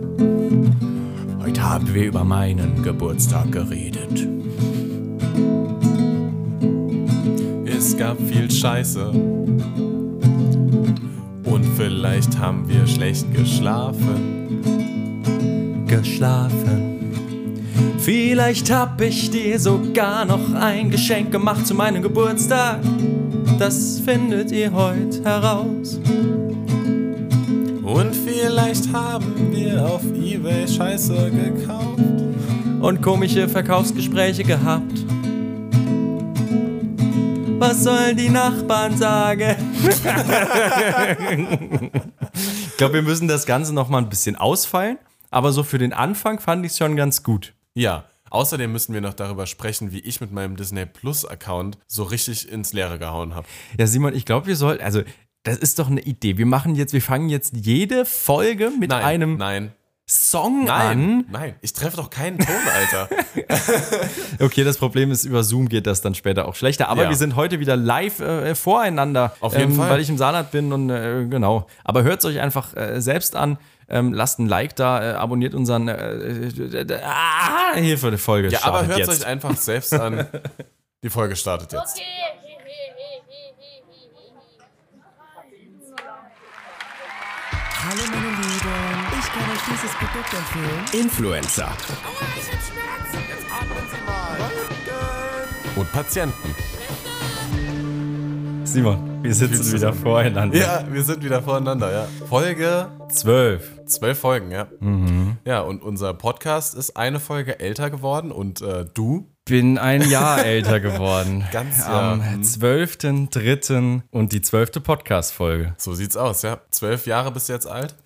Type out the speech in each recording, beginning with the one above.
Simon. Heute haben wir über meinen Geburtstag geredet. Es gab viel Scheiße. Und vielleicht haben wir schlecht geschlafen. Geschlafen. Vielleicht hab ich dir sogar noch ein Geschenk gemacht zu meinem Geburtstag. Das findet ihr heute heraus. Und vielleicht haben wir auf Ebay Scheiße gekauft. Und komische Verkaufsgespräche gehabt. Was sollen die Nachbarn sagen? ich glaube, wir müssen das Ganze nochmal ein bisschen ausfeilen. Aber so für den Anfang fand ich es schon ganz gut. Ja. Außerdem müssen wir noch darüber sprechen, wie ich mit meinem Disney Plus Account so richtig ins Leere gehauen habe. Ja, Simon, ich glaube, wir sollten, also das ist doch eine Idee. Wir machen jetzt, wir fangen jetzt jede Folge mit nein, einem nein. Song nein, an. Nein, ich treffe doch keinen Ton, Alter. okay, das Problem ist, über Zoom geht das dann später auch schlechter. Aber ja. wir sind heute wieder live äh, voreinander. Auf jeden ähm, Fall. Weil ich im Saarland bin und äh, genau. Aber hört es euch einfach äh, selbst an. Ähm, lasst ein Like da, äh, abonniert unseren äh, ah, Hilfe, die Folge. Ja, startet aber hört jetzt. euch einfach selbst an. Die Folge startet jetzt. Hallo meine Lieben, ich kann euch dieses Produkt empfehlen. Influencer Und Patienten. Simon, wir sitzen wieder voreinander. Ja, wir sind wieder voreinander, ja. Folge Zwölf. zwölf Folgen, ja. Mhm. Ja, und unser Podcast ist eine Folge älter geworden und äh, du bin ein Jahr älter geworden. Ganz Am Jahr, hm. 12.3. und die zwölfte Podcast-Folge. So sieht's aus, ja. Zwölf Jahre bist du jetzt alt.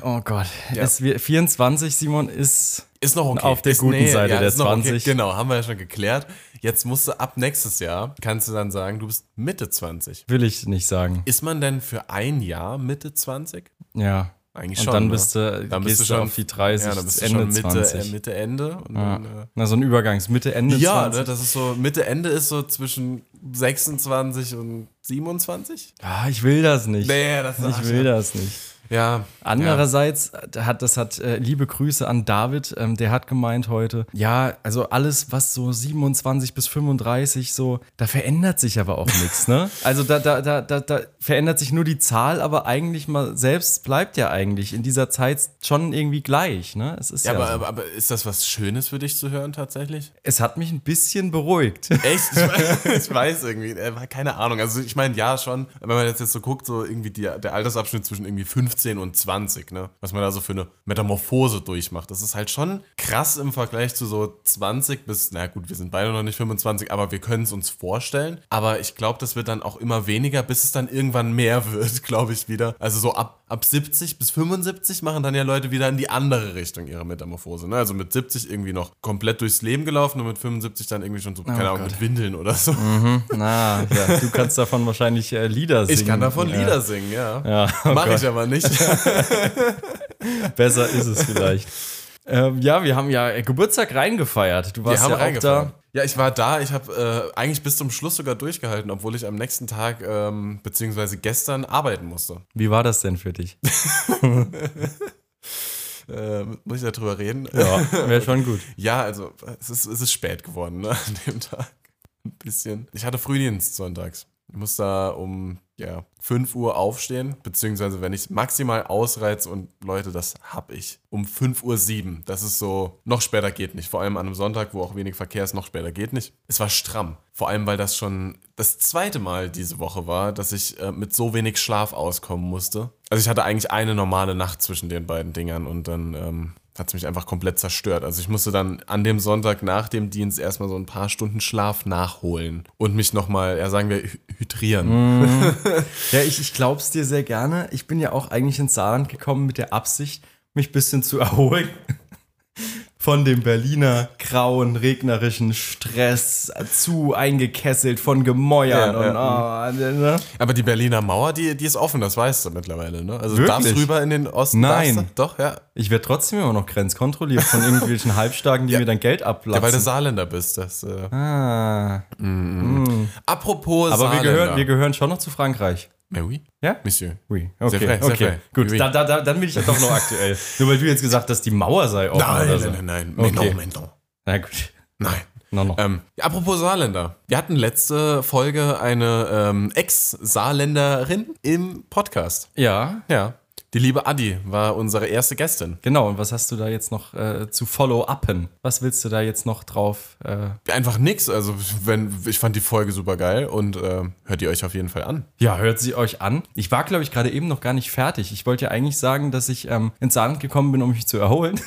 Oh Gott. Es wird 24, Simon, ist. Ist noch okay. Auf der ist, guten Seite der ist noch 20. Genau, haben wir ja schon geklärt. Jetzt musst du ab nächstes Jahr, kannst du dann sagen, du bist Mitte 20. Will ich nicht sagen. Ist man denn für ein Jahr Mitte 20? Ja. Eigentlich und schon. dann ne? bist du, dann gehst bist du schon auf die 30, Ja, dann bist du Ende schon Mitte, 20. Äh, Mitte Ende. Und ja. dann, äh, Na, so ein Übergangs, Mitte, Ende ja 20. ne, das ist so, Mitte Ende ist so zwischen 26 und 27. ah, ich will das nicht. Nee, das ist Ich will das nicht. Ja. Andererseits hat das hat äh, liebe Grüße an David, ähm, der hat gemeint heute, ja, also alles was so 27 bis 35 so, da verändert sich aber auch nichts, ne? Also da da da da, da verändert sich nur die Zahl, aber eigentlich mal selbst bleibt ja eigentlich in dieser Zeit schon irgendwie gleich, ne? Es ist ja, Ja, aber, so. aber, aber ist das was Schönes für dich zu hören tatsächlich? es hat mich ein bisschen beruhigt. Echt? Ich weiß, ich weiß irgendwie, äh, keine Ahnung. Also ich meine, ja schon, wenn man das jetzt so guckt, so irgendwie die, der Altersabschnitt zwischen irgendwie 15 und 20, ne? Was man da so für eine Metamorphose durchmacht. Das ist halt schon krass im Vergleich zu so 20 bis, na gut, wir sind beide noch nicht 25, aber wir können es uns vorstellen. Aber ich glaube, das wird dann auch immer weniger, bis es dann irgendwann mehr wird, glaube ich wieder. Also so ab, ab 70 bis 75 machen dann ja Leute wieder in die andere Richtung ihre Metamorphose. Ne? Also mit 70 irgendwie noch komplett durchs Leben gelaufen und mit 75 dann irgendwie schon Oh so, keine Ahnung, mit Windeln oder so. Mhm. Na, ja, du kannst davon wahrscheinlich äh, Lieder singen. Ich kann davon Ja. Lieder singen, ja. Ja, oh Mach Gott. ich aber nicht. Besser ist es vielleicht. ähm, ja, wir haben ja Geburtstag reingefeiert. Du warst ja auch da. Ja, ich war da. Ich habe äh, eigentlich bis zum Schluss sogar durchgehalten, obwohl ich am nächsten Tag ähm, beziehungsweise gestern arbeiten musste. Wie war das denn für dich? Äh, muss ich da drüber reden? Ja, wäre schon gut. Ja, also es ist, es ist spät geworden ne, an dem Tag. Ein bisschen. Ich hatte Frühdienst sonntags. Ich muss da um ja, 5 Uhr aufstehen, beziehungsweise wenn ich es maximal ausreize und Leute, das hab ich. Um 5.07 Uhr. sieben. Das ist so, noch später geht nicht. Vor allem an einem Sonntag, wo auch wenig Verkehr ist, noch später geht nicht. Es war stramm. Vor allem, weil das schon das zweite Mal diese Woche war, dass ich äh, mit so wenig Schlaf auskommen musste. Also ich hatte eigentlich eine normale Nacht zwischen den beiden Dingern und dann ähm, hat es mich einfach komplett zerstört. Also ich musste dann an dem Sonntag nach dem Dienst erstmal so ein paar Stunden Schlaf nachholen und mich nochmal, ja sagen wir, hy- hydrieren. Mhm. Ja, ich, ich glaub's dir sehr gerne. Ich bin ja auch eigentlich ins Saarland gekommen mit der Absicht, mich ein bisschen zu erholen. Von dem Berliner grauen, regnerischen Stress zu eingekesselt von Gemäuern Ja, und oh, ne? Aber die Berliner Mauer, die, die ist offen, das weißt du mittlerweile, ne? Also du darfst Wirklich? rüber in den Osten. Nein. darfst du? Doch, ja. Ich werde trotzdem immer noch grenzkontrolliert von irgendwelchen Halbstarken, die mir dann Geld Ja, weil du ablassen. Saarländer bist. Das, äh. ah. Apropos Aber wir Saarländer. gehören, wir gehören schon noch zu Frankreich. Mais oui. Ja? Monsieur. Oui, okay. frei, sehr okay. frei. Gut, Oui. Da, da, da, dann bin ich ja doch noch aktuell. Nur weil du jetzt gesagt hast, die Mauer sei offen Oh, oder so. nein. Okay. Menno, Menno. Na gut. Nein. No, no. Ähm, ja, apropos Saarländer. Wir hatten letzte Folge eine ähm, Ex-Saarländerin im Podcast. Ja, Ja. Die liebe Adi war unsere erste Gästin. genau. Und was hast du da jetzt noch äh, zu follow-uppen? Was willst du da jetzt noch drauf? Äh, Einfach nix. Also, wenn, ich fand die Folge super geil und ähm, hört ihr euch auf jeden Fall an. Ja, hört sie euch an. Ich war, glaube ich, gerade eben noch gar nicht fertig. Ich wollte ja eigentlich sagen, dass ich ähm, ins Saarland gekommen bin, um mich zu erholen.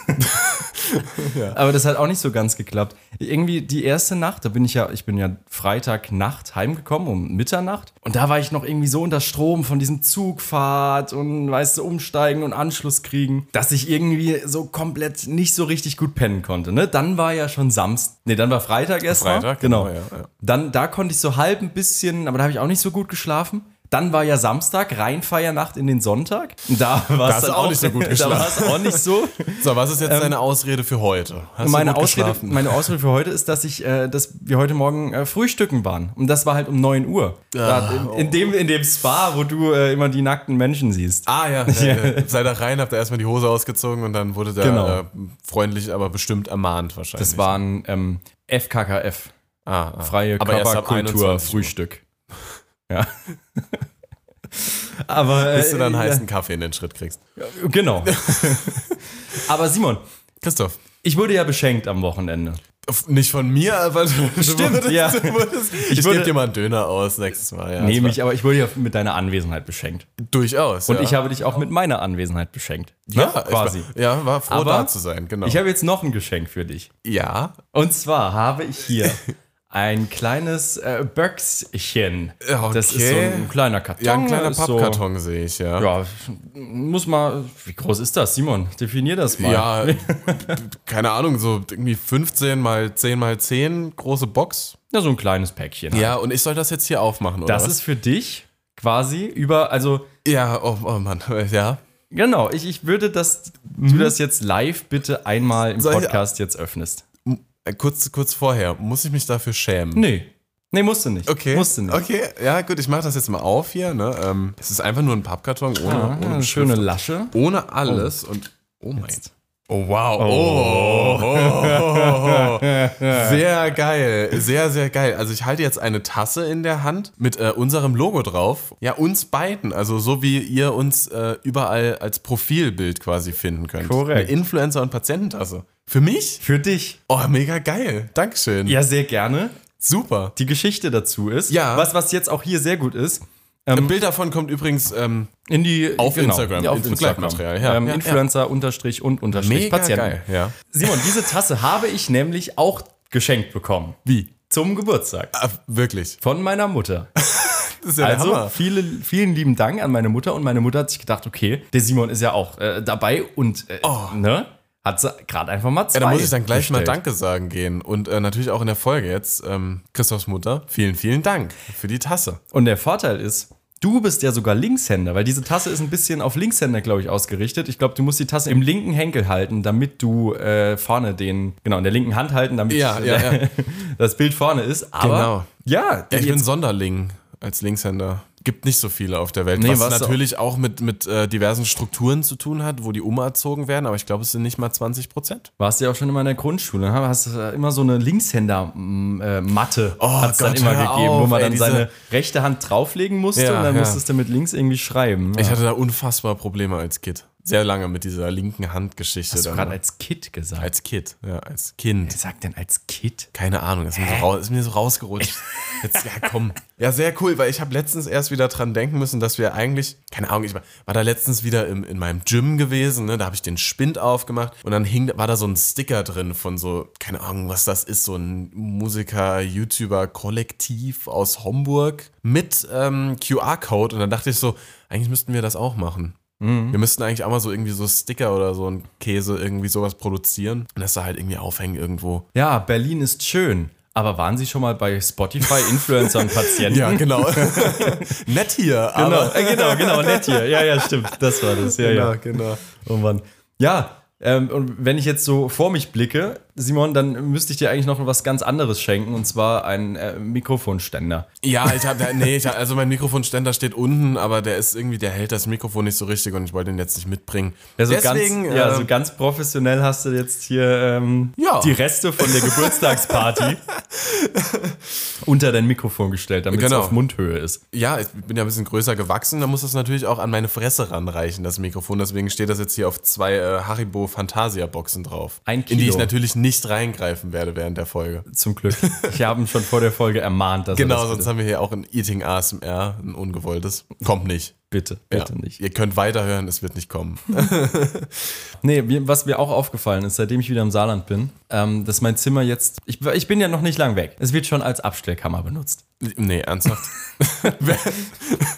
Aber das hat auch nicht so ganz geklappt. Irgendwie die erste Nacht, da bin ich ja, ich bin ja Freitagnacht heimgekommen um Mitternacht. Und da war ich noch irgendwie so unter Strom von diesem Zugfahrt und weißt du, umsteigen und Anschluss kriegen, dass ich irgendwie so komplett nicht so richtig gut pennen konnte. Ne? Dann war ja schon Samstag. Nee, dann war Freitag erstmal. Freitag, genau. genau, ja, ja. Dann, da konnte ich so halb ein bisschen, aber da habe ich auch nicht so gut geschlafen. Dann war ja Samstag, Reinfeiernacht in den Sonntag. Und Da war hast es du dann auch nicht so gut Da war es auch nicht so. So, was ist jetzt deine Ausrede für heute? Hast du Ähm, meine, gut Ausrede, geschlafen? meine Ausrede für heute ist, dass ich, äh, dass wir heute Morgen äh, frühstücken waren. Und das war halt um 9 Uhr. Da, in, in, dem, in dem Spa, wo du äh, immer die nackten Menschen siehst. Ah ja, ja, ja. seid da rein, habt da erstmal die Hose ausgezogen und dann wurde der Genau. äh, freundlich, aber bestimmt ermahnt wahrscheinlich. Das waren ähm, FKKF, ah, ah. freie Aber erst ab Körperkultur 21 Uhr. Frühstück. Ja. Aber äh, Bis du dann ja, heißen Kaffee in den Schritt kriegst. Genau. Aber Simon, Christoph, ich wurde ja beschenkt am Wochenende. f- nicht von mir, aber du Stimmt, wurdest, ja. du wurdest, ich Ich ich wurde- gebe dir mal einen Döner aus nächstes Mal. Ja, Nehme Das ich, aber ich wurde ja mit deiner Anwesenheit beschenkt. war- durchaus. Und ja. ich habe dich auch mit meiner Anwesenheit beschenkt. Ne? ja, quasi. Ich war, genau. ja, war froh Aber da zu sein, genau. Ich habe jetzt noch ein Geschenk für dich. ja, Und zwar habe ich hier ein kleines äh, Böckschen. Ja, Das ist okay. so ein kleiner Karton. ja, ein kleiner ist so- Pappkarton sehe ich, ja. ja, muss mal. Wie groß ist das, Simon? Definier das mal. Ja, keine Ahnung, so irgendwie 15 mal 10 mal 10 große Box. Ja, so ein kleines Päckchen. Ja, und ich soll das jetzt hier aufmachen, oder Das was? ist für dich quasi über. Also, Ja, oh, oh Mann, ja. Genau, ich, ich würde, dass du das jetzt live bitte einmal im Mhm. Soll ich- Podcast jetzt öffnest. Äh, Kurz, kurz vorher, muss ich mich dafür schämen? Nee. Nee, musst du nicht. Okay. Musst du nicht. Okay, ja, gut, ich mache das jetzt mal auf hier. Ne? Ähm, es ist einfach nur ein Pappkarton ohne, Ah, ohne, eine schöne Lasche. ohne alles und. Oh mein. Oh wow. Oh. Oh. Sehr geil. Sehr, sehr geil. Also ich halte jetzt eine Tasse in der Hand mit äh, unserem Logo drauf. Ja, uns beiden. Also so wie ihr uns äh, überall als Profilbild quasi finden könnt. Korrekt. Eine Influencer- und Patiententasse. Für mich? Für dich. Oh, mega geil. Dankeschön. Ja, sehr gerne. Super. Die Geschichte dazu ist, Ja. was, was jetzt auch hier sehr gut ist, ähm, Ein Ähm, Bild davon kommt übrigens ähm, in die Auf genau, Instagram, Ja, auf ins Instagram. Begleitmaterial, ja, ähm, ja, ja. Influencer unterstrich und unterstrich mega Patienten. geil. Ja. Simon, diese Tasse habe ich nämlich auch geschenkt bekommen. Wie? Zum Geburtstag. Ah, wirklich. Von meiner Mutter. Das ist ja Also viele, vielen lieben Dank an meine Mutter und meine Mutter hat sich gedacht, okay, der Simon ist ja auch äh, dabei und äh, ne, hat sie gerade einfach mal zwei. Oh. Ja, da muss ich dann gleich mal bestellt. Danke sagen gehen. Und äh, natürlich auch in der Folge jetzt, ähm, Christophs Mutter, vielen, vielen Dank für die Tasse. Und der Vorteil ist, du bist ja sogar Linkshänder, weil diese Tasse ist ein bisschen auf Linkshänder, glaube ich, ausgerichtet. Ich glaube, du musst die Tasse im linken Henkel halten, damit du äh, vorne den, genau, in der linken Hand halten, damit Ja, ja, ja. das Bild vorne ist. Aber Genau. ja, Ja, ich jetzt- bin Sonderling als Linkshänder. Gibt nicht so viele auf der Welt. Nee, was was natürlich auch mit, mit äh, diversen Strukturen zu tun hat, wo die umerzogen werden. Aber ich glaube, es sind nicht mal 20 Prozent. warst ja auch schon immer in der Grundschule, ne? hast äh, immer so eine mm, Linkshänder-Matte Oh hat es dann Gott, immer hör gegeben, wo auf, man ey, dann diese- seine rechte Hand drauflegen musste Ja, und dann ja. musstest du mit links irgendwie schreiben. ne? Ja. Ich hatte da unfassbar Probleme als Kid. Sehr lange mit dieser linken Handgeschichte. Hast du dann. gerade als Kid gesagt. als Kid, ja, als Kind. Wer sagt denn als Kid? Keine Ahnung, ist mir, so raus, ist mir so rausgerutscht. Jetzt, ja, komm. Ja, sehr cool, weil ich habe letztens erst wieder dran denken müssen, dass wir eigentlich, keine Ahnung, ich war, war da letztens wieder im, in meinem Gym gewesen, ne? da habe ich den Spind aufgemacht und dann hing, war da so ein Sticker drin von so, keine Ahnung, was das ist, so ein Musiker-YouTuber-Kollektiv aus Homburg mit ähm, QR-Code und dann dachte ich so, eigentlich müssten wir das auch machen. Wir müssten eigentlich auch mal so irgendwie so Sticker oder so ein Käse irgendwie sowas produzieren und das da halt irgendwie aufhängen irgendwo. Ja, Berlin ist schön. Aber waren Sie schon mal bei Spotify Influencer und Patienten? Ja, genau. Nett hier, genau. genau, aber. äh, genau, genau, nett hier. Ja, ja, stimmt. Das war das. Ja, ja. genau. Oh Mann. Ja, ähm, und wenn ich jetzt so vor mich blicke, Simon, dann müsste ich dir eigentlich noch was ganz anderes schenken, und zwar einen äh, Mikrofonständer. Ja, ich habe, nee, ich hab, also mein Mikrofonständer steht unten, aber der ist irgendwie, der hält das Mikrofon nicht so richtig und ich wollte ihn jetzt nicht mitbringen. Ja, so Deswegen, ganz, ja, äh, so ganz professionell hast du jetzt hier ähm, Ja. die Reste von der Geburtstagsparty unter dein Mikrofon gestellt, damit Genau. es auf Mundhöhe ist. ja, ich bin ja ein bisschen größer gewachsen, da muss das natürlich auch an meine Fresse ranreichen, das Mikrofon. Deswegen steht das jetzt hier auf zwei äh, Haribo Fantasia Boxen drauf, Ein in die ich Kilo. natürlich nicht reingreifen werde während der Folge. Zum Glück. Ich habe ihn schon vor der Folge ermahnt, dass Genau, er das sonst haben wir hier auch ein Eating ASMR, ein ungewolltes. Kommt nicht. bitte, Ja. bitte nicht. Ihr könnt weiterhören, es wird nicht kommen. Nee, mir- was mir auch aufgefallen ist, seitdem ich wieder im Saarland bin, ähm, dass mein Zimmer jetzt. Ich, ich bin ja noch nicht lang weg. Es wird schon als Abstellkammer benutzt. Nee, ernsthaft.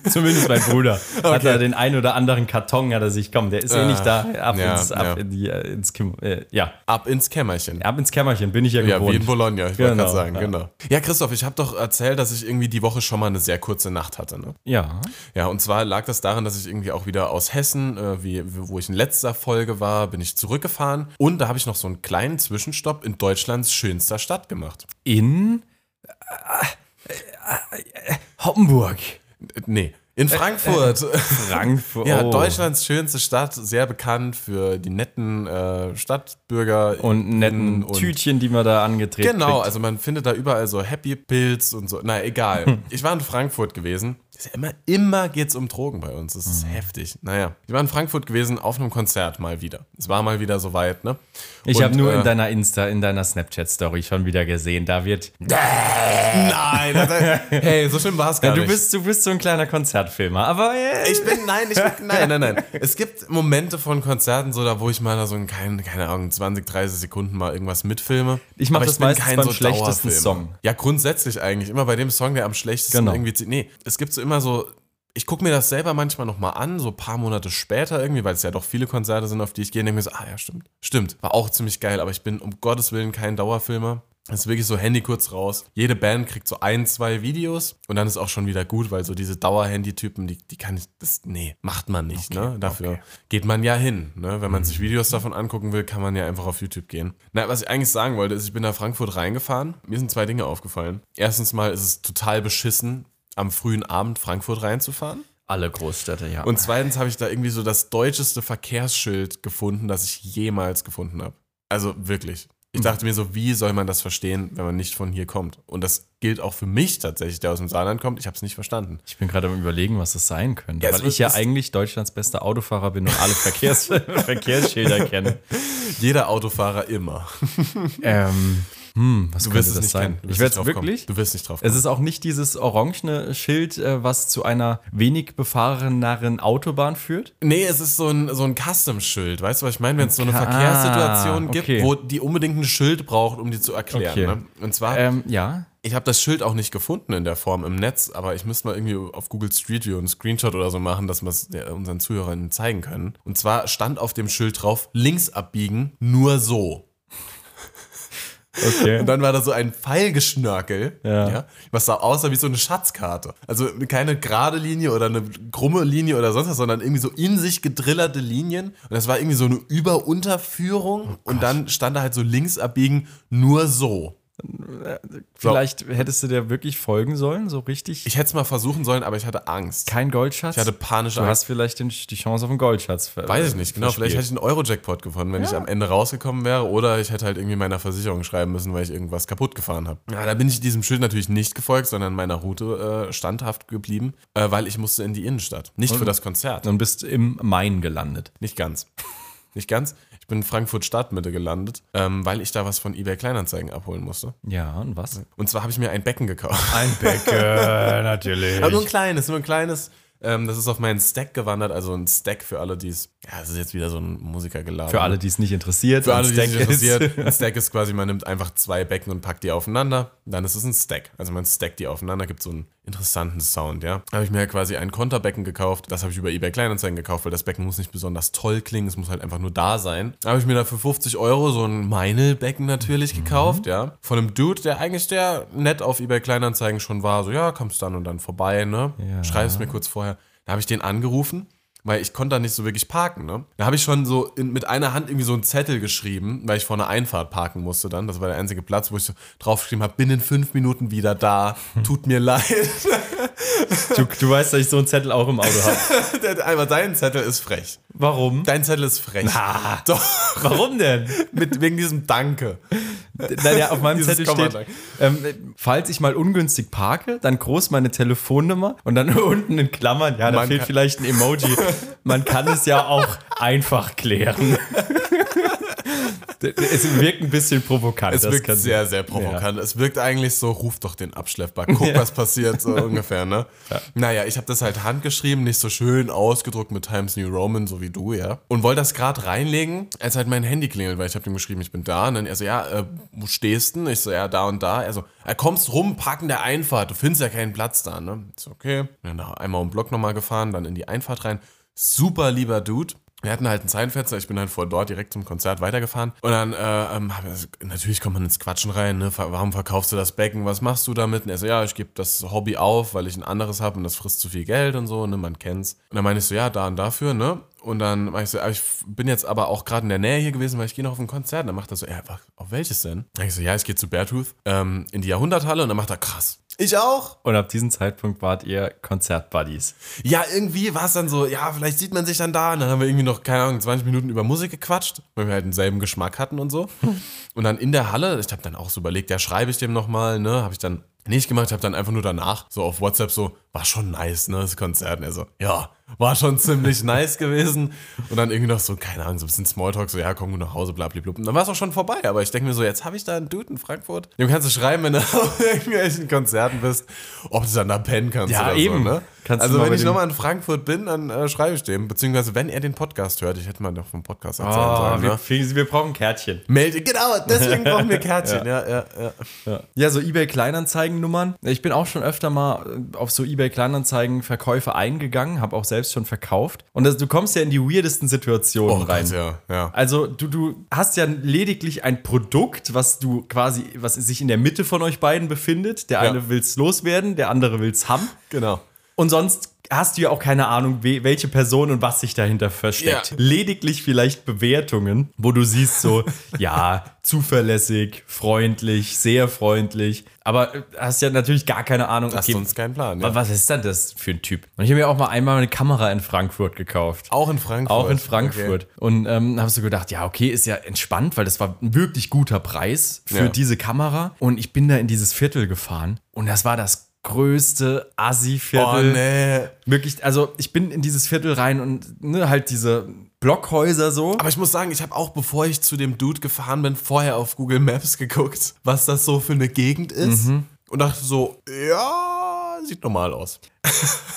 Zumindest mein Bruder. Hat er den einen oder anderen Karton, hat er sich, komm, der ist eh nicht da. Ab, Ah, Ja, ins, ab ja. In die, äh, ins Kim, äh, ja, Ab ins Kämmerchen. ab ins Kämmerchen bin ich ja Ja, wie gewohnt. in Bologna, ich wollte Genau, gerade sagen, ja. genau. Ja, Christoph, ich habe doch erzählt, dass ich irgendwie die Woche schon mal eine sehr kurze Nacht hatte. Ne? ja. Ja, und zwar lag das daran, dass ich irgendwie auch wieder aus Hessen, äh, wie, wo ich in letzter Folge war, bin ich zurückgefahren. Und da habe ich noch so einen kleinen Zwischenstopp in Deutschlands schönster Stadt gemacht. In äh, Hoppenburg. Äh, Nee, in Frankfurt. Frankfurt. Ja, äh. oh. Deutschlands schönste Stadt, sehr bekannt für die netten äh, Stadtbürger Und netten Hm, und- Tütchen, die man da angetreten Genau, also man findet da überall so Happy Pills und so. Na, egal. Hm. Ich war in Frankfurt gewesen. Ist ja immer, immer geht's um Drogen bei uns. Das Hm. ist heftig. Naja, ich war in Frankfurt gewesen auf einem Konzert mal wieder. Es war mal wieder soweit, ne? Ich Und, habe nur äh, in deiner Insta, in deiner Snapchat-Story schon wieder gesehen, da wird. Nein, das, hey, so schlimm war's gar Du nicht. bist, du bist so ein kleiner Konzertfilmer, aber äh, Ich bin, nein, ich bin, nein, nein, nein. Es gibt Momente von Konzerten, so da, wo ich mal da so in, keine, keine Ahnung, 20, 30 Sekunden mal irgendwas mitfilme. Ich mach Aber das bin meistens kein beim schlechtesten Dauerfilmer. Song. Ja, grundsätzlich eigentlich. Immer bei dem Song, der am schlechtesten Genau. irgendwie zieht. Nee, es gibt so immer so. Ich gucke mir das selber manchmal nochmal an, so ein paar Monate später irgendwie, weil es ja doch viele Konzerte sind, auf die ich gehe, und denke mir so, ah ja, stimmt, stimmt, war auch ziemlich geil, aber ich bin um Gottes Willen kein Dauerfilmer. Es ist wirklich so Handy kurz raus. Jede Band kriegt so ein, zwei Videos und dann ist auch schon wieder gut, weil so diese Dauer-Handy-Typen, die, die kann ich, das, nee, macht man nicht, ne? Dafür geht man ja hin, ne? Wenn man sich Videos davon angucken will, kann man ja einfach auf YouTube gehen. Na, was ich eigentlich sagen wollte, ist, ich bin nach Frankfurt reingefahren. Mir sind zwei Dinge aufgefallen. Erstens mal ist es total beschissen, am frühen Abend Frankfurt reinzufahren. alle Großstädte, ja. Und zweitens habe ich da irgendwie so das deutscheste Verkehrsschild gefunden, das ich jemals gefunden habe. Also wirklich. Ich dachte mir so, wie soll man das verstehen, wenn man nicht von hier kommt? Und das gilt auch für mich tatsächlich, der aus dem Saarland kommt. Ich habe es nicht verstanden. ich bin gerade am überlegen, was das sein könnte, Ja, es weil ich ja ist- eigentlich Deutschlands bester Autofahrer bin und alle Verkehrs Verkehrsschilder kenne. Jeder Autofahrer immer. Ähm, hm, was Du wirst könnte es das nicht sein? kennen. Du wirst Ich nicht werde es drauf kommen. wirklich. Du wirst nicht drauf kommen. Es ist auch nicht dieses orangene Schild, äh, was zu einer wenig befahreneren Autobahn führt. Nee, es ist so ein, so ein Custom-Schild. Weißt du, was ich meine? Wenn es so eine Ah, Verkehrssituation okay. gibt, wo die unbedingt ein Schild braucht, um die zu erklären. Okay. Ne? Und zwar, Ähm, ja. ich habe das Schild auch nicht gefunden in der Form im Netz, aber ich müsste mal irgendwie auf Google Street View einen Screenshot oder so machen, dass wir es der- unseren Zuhörern zeigen können. Und zwar stand auf dem Schild drauf, links abbiegen, nur so. Okay. Und dann war da so ein Pfeilgeschnörkel, Ja. was da aussah wie so eine Schatzkarte. Also keine gerade Linie oder eine krumme Linie oder sonst was, sondern irgendwie so in sich gedrillerte Linien. Und das war irgendwie so eine Über-Unterführung. Oh und dann stand da halt so links abbiegen, nur so. Vielleicht hättest du der wirklich folgen sollen, so richtig. Ich hätte es mal versuchen sollen, aber ich hatte Angst. Kein Goldschatz. Ich hatte panische Du Angst. hast vielleicht den, die Chance auf einen Goldschatz. ver- Weiß ich nicht, genau. Vielleicht hätte verspielt. ich einen Euro-Jackpot gewonnen, wenn ich am Ende rausgekommen wäre. Oder ich hätte halt irgendwie meiner Versicherung schreiben müssen, weil ich irgendwas kaputt gefahren habe. Ja, da bin ich diesem Schild natürlich nicht gefolgt, sondern meiner Route äh, standhaft geblieben, äh, weil ich musste in die Innenstadt. Nicht für das Konzert. Und bist im Main gelandet. Nicht ganz. Nicht ganz. Ich bin in Frankfurt Stadtmitte gelandet, ähm, weil ich da was von eBay Kleinanzeigen abholen musste. Ja, und was? Und zwar habe ich mir ein Becken gekauft. Ein Becken, natürlich. Aber nur ein kleines, nur ein kleines. Ähm, das ist auf meinen Stack gewandert, also ein Stack für alle, die es. Ja, das ist jetzt wieder so ein Musiker geladen. Für alle, die es nicht interessiert. Für alle, die ein sich Stack ist- interessiert, ein Stack ist quasi, man nimmt einfach zwei Becken und packt die aufeinander. Dann ist es ein Stack. Also man stackt die aufeinander, gibt so einen interessanten Sound, ja. Habe ich mir quasi ein Konterbecken gekauft. Das habe ich über eBay Kleinanzeigen gekauft, weil das Becken muss nicht besonders toll klingen. Es muss halt einfach nur da sein. Da habe ich mir da für 50 Euro so ein Meinl-Becken natürlich gekauft, ja. Von einem Dude, der eigentlich der nett auf eBay Kleinanzeigen schon war. So, ja, kommst dann und dann vorbei, ne? Schreib es mir kurz vorher. Da habe ich den angerufen. weil ich konnte da nicht so wirklich parken. Ne? Da habe ich schon so in, mit einer Hand irgendwie so einen Zettel geschrieben, weil ich vor einer Einfahrt parken musste dann. Das war der einzige Platz, wo ich so draufgeschrieben habe, bin in fünf Minuten wieder da, tut mir leid. Du, du weißt, dass ich so einen Zettel auch im Auto habe. Der hat Einmal dein Zettel ist frech. Warum? Dein Zettel ist frech. Na. Doch, Warum denn? mit, wegen diesem Danke. Na, ja, auf meinem Dieses Zettel Komma steht, ähm, falls ich mal ungünstig parke, dann groß meine Telefonnummer und dann unten in Klammern, ja, da Man fehlt kann- vielleicht ein Emoji. Man kann es ja auch einfach klären. es wirkt ein bisschen provokant. Es das wirkt kann- sehr, sehr provokant. Es wirkt eigentlich so, ruf doch den Abschleppbar, guck, was passiert, so ungefähr, ne? Naja, ich habe das halt handgeschrieben, nicht so schön ausgedruckt mit Times New Roman, so wie du, ja. Und wollte das gerade reinlegen, als halt mein Handy klingelt, weil ich habe ihm geschrieben, ich bin da. Und dann er so, ja, äh, wo stehst denn? Ich so, ja, da und da. Er so, er kommst rum, parken der Einfahrt, du findest ja keinen Platz da, ne? Ich so, okay. Dann noch einmal um den Block nochmal gefahren, dann in die Einfahrt rein. Super lieber Dude. Wir hatten halt ein Zeitfenster, ich bin halt vor dort direkt zum Konzert weitergefahren. Und dann, äh, ähm, hab- also, natürlich kommt man ins Quatschen rein, ne? Ver- Warum verkaufst du das Becken? Was machst du damit? Und er so, ja, ich gebe das Hobby auf, weil ich ein anderes habe und das frisst zu viel Geld und so, ne? Man kennt's. Und dann meine ich so, ja, da und dafür, ne? Und dann meinte ich so, ah, ich f- bin jetzt aber auch gerade in der Nähe hier gewesen, weil ich gehe noch auf ein Konzert. Und dann macht er so, ja, wa- auf welches denn? Dann ich so, ja, ich gehe zu Beartooth ähm, in die Jahrhunderthalle. Und dann macht er, krass. Ich auch? Und ab diesem Zeitpunkt wart ihr Konzertbuddies. Ja, irgendwie war es dann so, ja, vielleicht sieht man sich dann da. Und dann haben wir irgendwie noch, keine Ahnung, 20 Minuten über Musik gequatscht, weil wir halt denselben Geschmack hatten und so. Und dann in der Halle, ich habe dann auch so überlegt, ja, schreibe ich dem nochmal, ne? Habe ich dann nicht gemacht, habe dann einfach nur danach so auf WhatsApp so, war schon nice, ne, das Konzert. Und er so, ja, war schon ziemlich nice gewesen. Und dann irgendwie noch so, keine Ahnung, so ein bisschen Smalltalk, so, ja, komm gut nach Hause, blablabla. Und dann war es auch schon vorbei, aber ich denke mir so, jetzt habe ich da einen Dude in Frankfurt. Dem kannst du schreiben, wenn du auf irgendwelchen Konzerten bist, ob du dann da pennen kannst Ja, oder eben. so, ne? Kannst du also, mal wenn mit ich dem- nochmal in Frankfurt bin, dann äh, schreibe ich dem. Beziehungsweise, wenn er den Podcast hört, ich hätte mal noch vom Podcast erzählen sollen, ne? Ah, wir, brauchen ein Kärtchen. Melde, genau, deswegen brauchen wir Kärtchen. ja. Ja, ja, Ja, so eBay Kleinanzeigennummern. Ich bin auch schon öfter mal äh, auf so eBay Kleinanzeigen Verkäufe eingegangen, habe auch selbst schon verkauft. Und das, du kommst ja in die weirdesten Situationen Oh rein. Gott, ja, ja. Also du, du hast ja lediglich ein Produkt, was du quasi, was sich in der Mitte von euch beiden befindet. Der Ja. eine will's loswerden, der andere will's haben. Genau. Und sonst hast du ja auch keine Ahnung, we- welche Person und was sich dahinter versteckt. Ja. Lediglich vielleicht Bewertungen, wo du siehst so, ja, zuverlässig, freundlich, sehr freundlich. Aber äh, hast ja natürlich gar keine Ahnung, Hast sonst keinen Plan. Ja. wa- was ist denn das für ein Typ? Und ich habe mir auch mal einmal eine Kamera in Frankfurt gekauft. Auch in Frankfurt. Auch in Frankfurt. Und ähm, habe so gedacht, ja, okay, ist ja entspannt, weil das war ein wirklich guter Preis für Ja. diese Kamera. Und ich bin da in dieses Viertel gefahren und das war das größte Okay. Oh, Assi-Viertel. nee. Wirklich, also ich bin in dieses Viertel rein und ne, halt diese Blockhäuser so. Aber ich muss sagen, ich habe auch, bevor ich zu dem Dude gefahren bin, vorher auf Google Maps geguckt, was das so für eine Gegend ist. Mhm. Und dachte so, ja, sieht normal aus.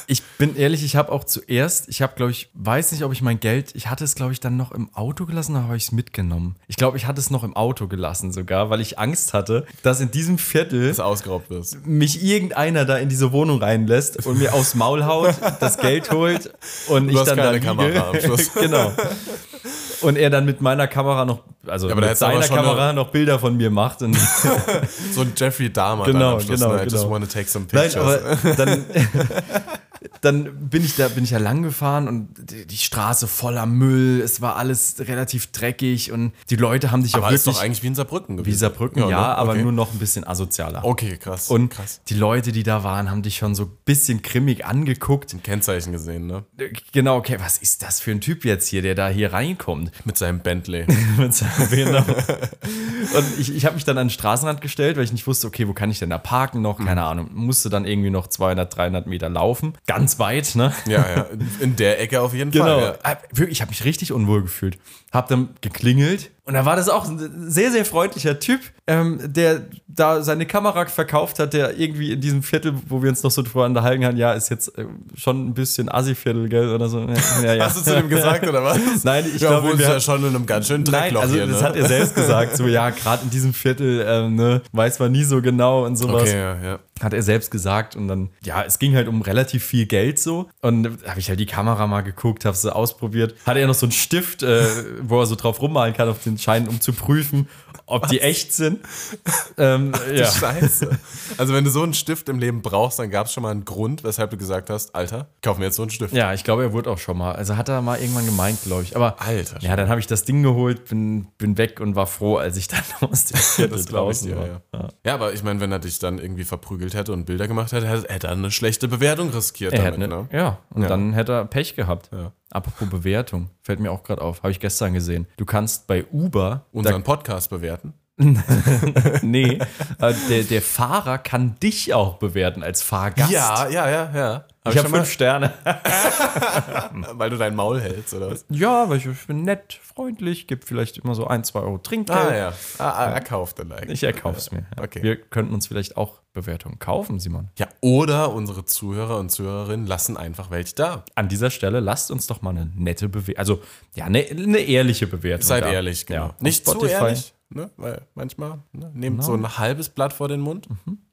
Ich bin ehrlich, ich habe auch zuerst, ich habe, glaube ich, weiß nicht, ob ich mein Geld, ich hatte es, glaube ich, dann noch im Auto gelassen oder habe ich es mitgenommen? Ich glaube, ich hatte es noch im Auto gelassen sogar, weil ich Angst hatte, dass in diesem Viertel Dass du ausgeraubt wirst. mich irgendeiner da in diese Wohnung reinlässt und mir aufs Maul haut, das Geld holt und ich hast dann da keine liege. Kamera am Schluss. genau. Und er dann mit meiner Kamera noch, also aber da mit hättest du aber seiner schon Kamera noch Bilder von mir macht. Und So ein Jeffrey Dahmer Genau, dann am Schluss. genau, ne? I just genau. wanna take some Nein, pictures. aber dann, dann bin ich da bin ich ja lang gefahren und die, die Straße voller Müll, es war alles relativ dreckig und die Leute haben dich auch aber ist wirklich doch eigentlich wie in Saarbrücken gewesen. wie Saarbrücken, ja, ne? aber okay. nur noch ein bisschen asozialer. Okay, krass. Und krass. die Leute, die da waren, haben dich schon so ein bisschen grimmig angeguckt. Ein Kennzeichen gesehen, ne? Genau, okay, was ist das für ein Typ jetzt hier, der da hier reinkommt? Mit seinem Bentley. Mit seinem Behinderung. und ich, ich habe mich dann an den Straßenrand gestellt, weil ich nicht wusste, okay, wo kann ich denn da parken noch? Keine Mhm. Ahnung. Musste dann irgendwie noch 200, 300 Meter laufen. Ganz weit, ne? ja, ja. In der Ecke auf jeden Genau. Fall. Ja. Hab- Wirklich, ich habe mich richtig unwohl gefühlt. Hab dann geklingelt und da war das auch ein sehr, sehr freundlicher Typ, ähm, der da seine Kamera verkauft hat, der irgendwie in diesem Viertel, wo wir uns noch so drüber unterhalten haben, ja, ist jetzt äh, schon ein bisschen Assi-Viertel, gell, oder so. Ja, ja, ja. Hast du Also zu dem gesagt, oder was? Nein, ich ja, glaube, obwohl wir es ja hat- schon in einem ganz schönen Nein, Dreckloch also hier, das ne? hat er selbst gesagt, so ja, gerade in diesem Viertel ähm, ne, weiß man nie so genau und sowas. Okay, ja, ja. hat er selbst gesagt. Und dann, ja, es ging halt um relativ viel Geld so. Und habe ich halt die Kamera mal geguckt, habe sie ausprobiert. Hatte er noch so einen Stift, äh, wo er so drauf rummalen kann auf den Schein, um zu prüfen, ob die echt sind. Ähm, ja. Scheiße. Also, wenn du so einen Stift im Leben brauchst, dann gab es schon mal einen Grund, weshalb du gesagt hast, Alter, kauf mir jetzt so einen Stift. ja, ich glaube, er wurde auch schon mal. Also hat er mal irgendwann gemeint, glaube ich. Aber Alter, ja, dann habe ich das Ding geholt, bin, bin weg und war froh, als ich dann aus dem Viertel Das glaube ich draußen dir, war. ja. ja. aber ich meine, wenn er dich dann irgendwie verprügelt hätte und Bilder gemacht hätte, hätte hätte er eine schlechte Bewertung riskiert Er damit, hätte ne? ne? Ja, und dann hätte er Pech gehabt. Ja. Apropos Bewertung, fällt mir auch gerade auf, habe ich gestern gesehen. Du kannst bei Uber, Unseren Podcast bewerten. da, nee, äh, der, der Fahrer kann dich auch bewerten als Fahrgast. ja, ja, ja. Hab ich habe schon fünf Sterne. mal, weil du dein Maul hältst, oder was? Ja, weil ich, ich bin nett, freundlich, gib vielleicht immer so ein, zwei Euro Trinkgeld. Ah, ja. Ah, ah, er kauft dann eigentlich. Ich erkauf's mir. Ja. Okay. Wir könnten uns vielleicht auch Bewertungen kaufen, Simon. Ja, oder unsere Zuhörer und Zuhörerinnen lassen einfach welche da. An dieser Stelle lasst uns doch mal eine nette Bewertung, also ja, eine, eine ehrliche Bewertung. Seid da. ehrlich, genau. Ja, auf Nicht zu Spotify. ehrlich, ne? weil manchmal ne? nehmt so ein halbes Blatt vor den Mund,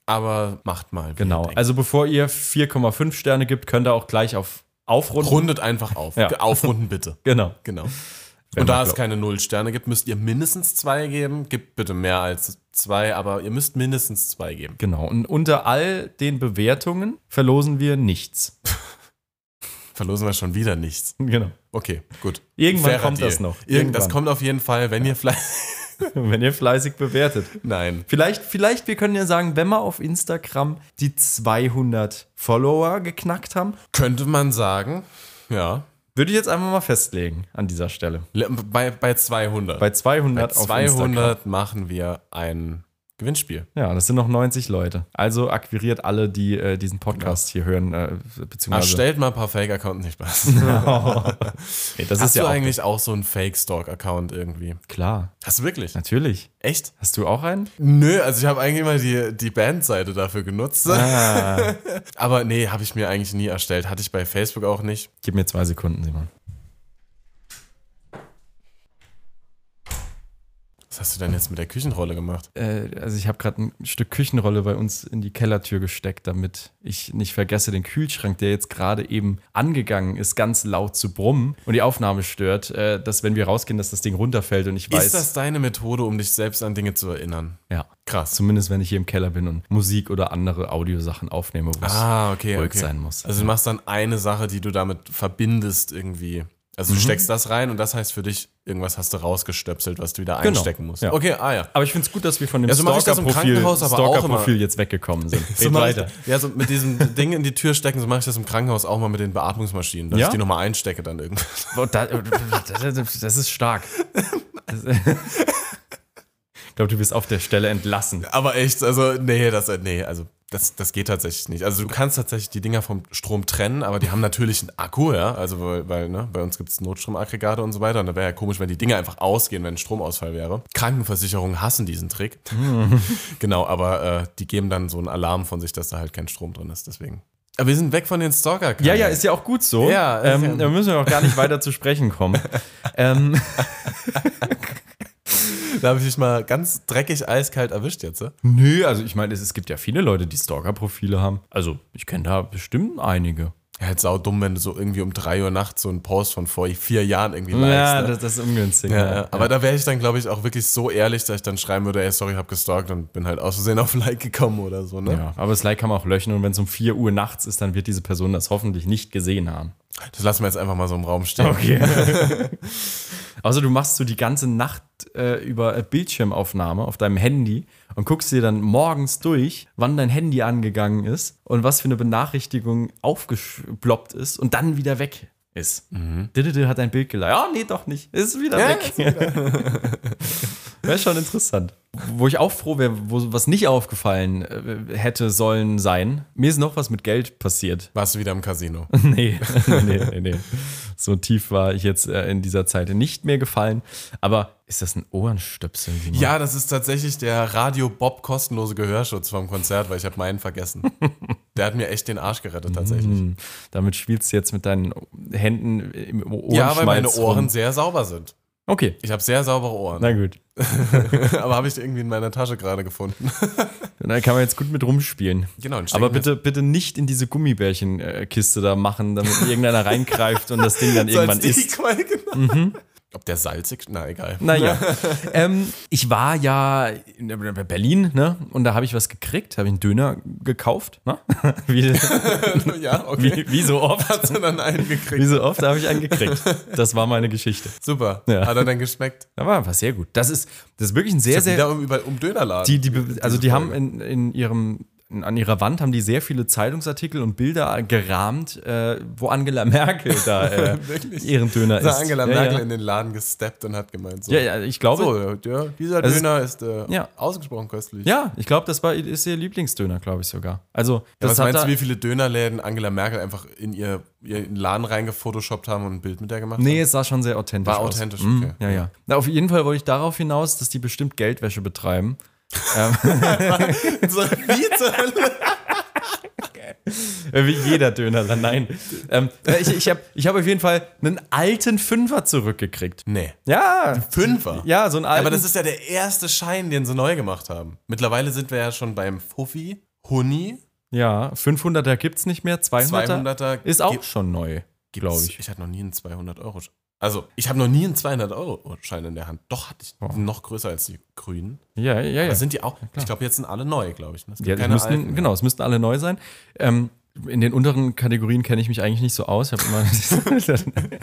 aber macht mal. wie ihr Mhm. Genau. denkt. Also bevor ihr 4,5 Sterne gibt, könnt ihr auch gleich auf aufrunden. Rundet einfach auf. Also- Ja. Aufrunden bitte. Genau. Genau. Wenn und da man es glaubt. keine Null Sterne gibt, müsst ihr mindestens zwei geben. Gebt bitte mehr als zwei, aber ihr müsst mindestens zwei geben. Genau. Und unter all den Bewertungen verlosen wir nichts. Verlosen wir schon wieder nichts. Genau. Okay, gut. Irgendwann Fairer kommt Deal. das noch. Irgend, das Irgendwann. kommt auf jeden Fall, wenn ihr vielleicht. Wenn ihr fleißig bewertet. Nein. Vielleicht, vielleicht, wir können ja sagen, wenn wir auf Instagram die 200 Follower geknackt haben, Könnte man sagen, ja. würde ich jetzt einfach mal festlegen an dieser Stelle. Le- Bei, bei 200. Bei 200 Bei auf Instagram. 200 machen wir ein Gewinnspiel. Ja, das sind noch 90 Leute. Also akquiriert alle, die äh, diesen Podcast hier hören, äh, Ach, beziehungsweise. stellt mal ein paar Fake-Accounts nicht Spaß. Ey, das Hast ist ja du auch eigentlich auch so einen Fake-Stalk-Account irgendwie? klar. Hast du wirklich? Natürlich. Echt? Hast du auch einen? Nö, also ich habe eigentlich mal die, die Bandseite dafür genutzt. Ah. Aber nee, habe ich mir eigentlich nie erstellt. Hatte ich bei Facebook auch nicht. Gib mir zwei Sekunden, Simon. Was hast du denn jetzt mit der Küchenrolle gemacht? Äh, also ich habe gerade ein Stück Küchenrolle bei uns in die Kellertür gesteckt, damit ich nicht vergesse, den Kühlschrank, der jetzt gerade eben angegangen ist, ganz laut zu brummen und die Aufnahme stört, äh, dass wenn wir rausgehen, dass das Ding runterfällt und ich weiß, Ist das deine Methode, um dich selbst an Dinge zu erinnern? ja, Krass. zumindest wenn ich hier im Keller bin und Musik oder andere Audiosachen aufnehme, wo es ah, okay. ruhig okay. sein muss. Also du machst dann eine Sache, die du damit verbindest irgendwie. Also du Mhm. steckst das rein und das heißt für dich, irgendwas hast du rausgestöpselt, was du wieder Genau, einstecken musst. ja. Okay, ah ja. aber ich finde es gut, dass wir von dem Ja, so mach ich das im Stalker-Profil Krankenhaus, aber auch Stalker-Profil immer. jetzt weggekommen sind. Red So mach ich, ja, so mit diesem Ding in die Tür stecken, so mache ich das im Krankenhaus auch mal mit den Beatmungsmaschinen, dass Ja? ich die nochmal einstecke dann irgendwie. Boah, da- Das das ist stark. Das- Ich glaube, du wirst auf der Stelle entlassen. Aber echt, also, nee, das, nee, also, das, das geht tatsächlich nicht. Also, du kannst tatsächlich die Dinger vom Strom trennen, aber die haben natürlich einen Akku, ja. Also, weil, weil ne, bei uns gibt es Notstromaggregate und so weiter. Und da wäre ja komisch, wenn die Dinger einfach ausgehen, wenn ein Stromausfall wäre. Krankenversicherungen hassen diesen Trick. genau, aber äh, die geben dann so einen Alarm von sich, dass da halt kein Strom drin ist. Deswegen. Aber wir sind weg von den stalker Ja, ja, ist ja auch gut so. Ja, ist ja- ähm, da müssen wir auch gar nicht weiter zu sprechen kommen. ähm, Da habe ich dich mal ganz dreckig eiskalt erwischt jetzt. ja? nö, also ich meine, es, es gibt ja viele Leute, die Stalker-Profile haben. Also ich kenne da bestimmt einige. Ja, halt sau dumm, wenn du so irgendwie um 3 Uhr nachts so einen Post von vor vier Jahren irgendwie Ja, ne? das, das ist ungünstig. Ja, ja. ja. Äh, aber da wäre ich dann, glaube ich, auch wirklich so ehrlich, dass ich dann schreiben würde, ey, sorry, ich hab gestalkt und bin halt aus Versehen auf Like gekommen oder so, ne? Ja, aber das Like kann man auch löschen und wenn es um 4 Uhr nachts ist, dann wird diese Person das hoffentlich nicht gesehen haben. Das lassen wir jetzt einfach mal so im Raum stehen. also du machst so die ganze Nacht äh, über äh, Bildschirmaufnahme auf deinem Handy und guckst dir dann morgens durch, wann dein Handy angegangen ist und was für eine Benachrichtigung aufgeploppt ist und dann wieder weg ist. Diddle hat dein Bild geleitet. Ah, nee, doch nicht. Mhm. Ist wieder weg. Wäre schon interessant. Wo ich auch froh wäre, wo was nicht aufgefallen äh, hätte sollen sein. Mir ist noch was mit Geld passiert. Warst du wieder im Casino? Nee, nee, nee, nee, nee. So tief war ich jetzt äh, in dieser Zeit nicht mehr gefallen. Aber ist das ein Ohrenstöpsel? Simon? ja, das ist tatsächlich der Radio Bob kostenlose Gehörschutz vom Konzert, weil ich habe meinen vergessen. Der hat mir echt den Arsch gerettet tatsächlich. Mm. Damit spielst du jetzt mit deinen Händen im Ohrenschmalz Ja, weil meine Ohren rum. sehr sauber sind. Okay, Ich habe sehr saubere Ohren, na gut. aber habe ich irgendwie in meiner Tasche gerade gefunden. Da kann man jetzt gut mit rumspielen. Genau, und stecken Aber bitte, bitte nicht in diese Gummibärchenkiste da machen, damit irgendeiner reingreift und das Ding dann So als irgendwann die isst. Mhm. Qual, genau. Ob der salzig? Na, egal. Naja, ähm, ich war ja in Berlin, ne? Und da habe ich was gekriegt, habe ich einen Döner gekauft, ne? Wie, ja, okay. wie, wie so oft. Hat sie dann einen Wie gekriegt. so oft habe ich einen gekriegt. Das war meine Geschichte. Super. Ja. Hat er dann geschmeckt? Aber war sehr gut. Das ist, das ist wirklich ein sehr, sehr. Wieder um, über, um Dönerladen. Die, die, also diese die haben Folge. in, in ihrem in- an ihrer Wand haben die sehr viele Zeitungsartikel und Bilder gerahmt, äh, wo Angela Merkel da äh, Wirklich? ihren Döner Da ist. ist Angela ja, Merkel ja. in den Laden gesteppt und hat gemeint, so, Ja, ja, ich glaube, so ja, dieser Also es- Döner ist äh, Ja. ausgesprochen köstlich. ja, ich glaube, das war ist ihr Lieblingsdöner, glaube ich sogar. Also Ja, das was hat meinst da- du, wie viele Dönerläden Angela Merkel einfach in ihr, ihren Laden reingefotoshoppt haben und ein Bild mit der gemacht Nee, es sah schon sehr authentisch War aus. authentisch, Mm, okay. Ja, ja. Na, auf jeden Fall wollte ich darauf hinaus, dass die bestimmt Geldwäsche betreiben. haben? So, wie zur Hölle? Äh, Wie jeder Döner, dann nein. ähm, na, ich ich habe ich hab auf jeden Fall einen alten Fünfer zurückgekriegt. Nee. Ja, Fünfer. ja, so einen alten. Aber das ist ja der erste Schein, den sie neu gemacht haben. Mittlerweile sind wir ja schon beim Fuffi, Huni, Ja, 500er gibt's nicht mehr, 200er, 200er. ist auch Gibt- schon neu, glaube gibt's- ich. Ich hatte noch nie einen 200 Euro. Sch- Also, ich habe noch nie einen 200 Euro Schein in der Hand. Doch hatte ich noch größer als die Grünen. Ja, ja, ja. Da sind die auch. ich glaube, jetzt sind alle neu, glaube ich. ne? Es gibt ja es keine müssten, alten mehr. genau, es müssten alle neu sein. Ähm, in den unteren Kategorien kenne ich mich eigentlich nicht so aus. Ich hab immer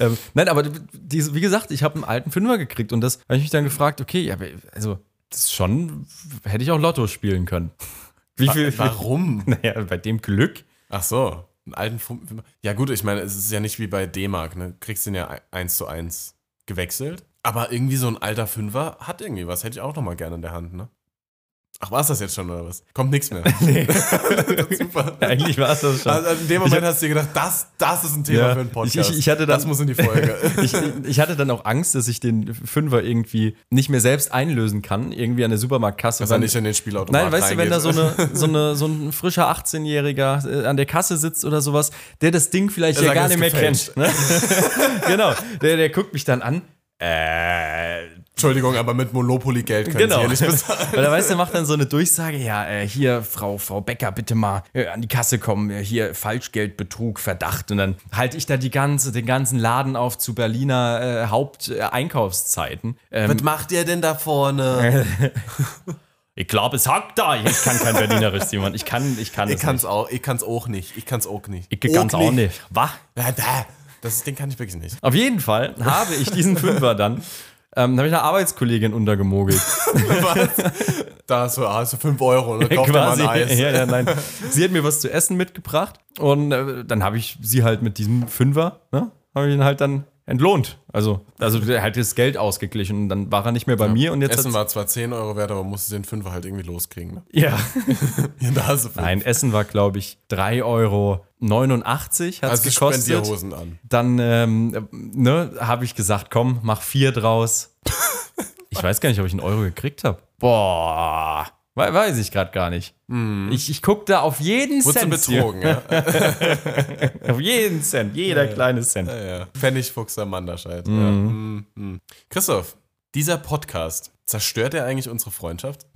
ähm, nein, aber diese, wie gesagt, ich habe einen alten Fünfer gekriegt und das habe ich mich dann gefragt, okay, ja, aber also das ist schon hätte ich auch Lotto spielen können. Wie viel? Ne. Warum? Naja, bei dem Glück. Ach so, einen alten Fumpen. Ja, gut, ich meine, es ist ja nicht wie bei D-Mark, ne? Kriegst den ja eins zu eins gewechselt. Aber irgendwie so ein alter Fünfer hat irgendwie was. Hätte ich auch nochmal gerne in der Hand, ne? Ach, war es das jetzt schon oder was? Kommt nichts mehr. Nee, Super. eigentlich war es das schon. Also in dem Moment hast du dir gedacht, das, das ist ein Thema Ja, für einen Podcast. ich- ich- ich hatte dann- das muss in die Folge. ich, ich hatte dann auch Angst, dass ich den Fünfer irgendwie nicht mehr selbst einlösen kann, irgendwie an der Supermarktkasse. Dass er Wenn- nicht in den Spielautomat Nein, weißt du, wenn da so, reingeht. eine, so, eine, so ein frischer 18-Jähriger äh, an der Kasse sitzt oder sowas, der das Ding vielleicht ja Der sagt, gar das nicht mehr gefälscht. kennt. Ne? genau, der, der guckt mich dann an. Äh, Entschuldigung, aber mit Monopoly-Geld können Genau. Sie hier nicht bezahlen. Weil der weiß, der macht dann so eine Durchsage, ja, äh, hier, Frau, Frau Becker, bitte mal äh, an die Kasse kommen, äh, hier Falschgeldbetrug, Verdacht. Und dann halte ich da die ganze, den ganzen Laden auf zu Berliner äh, Haupteinkaufszeiten. Ähm, Was macht ihr denn da vorne? Ich glaube, es hackt da. Ich kann kein Berlinerisch, Simon. Ich kann, ich kann Ich es kann's auch, ich kann's auch nicht. Ich kann's auch nicht. nicht. Ich kann es auch nicht. Wah? Na, da. Das, den kann ich wirklich nicht. Auf jeden Fall habe ich diesen Fünfer dann. Ähm, habe ich eine Arbeitskollegin untergemogelt. Da ah, hast du, hast du 5 Euro oder kauf dir mal Quasi. ein Eis. Ja, ja, nein. Sie hat mir was zu essen mitgebracht und äh, dann habe ich sie halt mit diesem Fünfer, ne, habe ich ihn halt dann entlohnt. Also, also halt das Geld ausgeglichen. Und dann war er nicht mehr bei mir und jetzt Essen hat war zwar 10 Euro wert, aber musst den 5 halt irgendwie loskriegen. Ne? ja. Ja, da hast du fünf. Nein, Essen war, glaube ich, 3,89 Euro hat es also spend dir gekostet. Hosen an. dann ähm, ne, habe ich gesagt, komm, mach vier draus. Ich weiß gar nicht, ob ich einen Euro gekriegt habe. Boah, we weiß ich gerade gar nicht. Ich, ich gucke da auf jeden Wurdest du Cent. Hm. betrogen, ja? Hier. Auf jeden Cent, jeder kleine Cent. ja, ja. Pfennigfuchser Manderscheid. Ja. Mhm. Mm, mm. Christoph, dieser Podcast, zerstört er eigentlich unsere Freundschaft?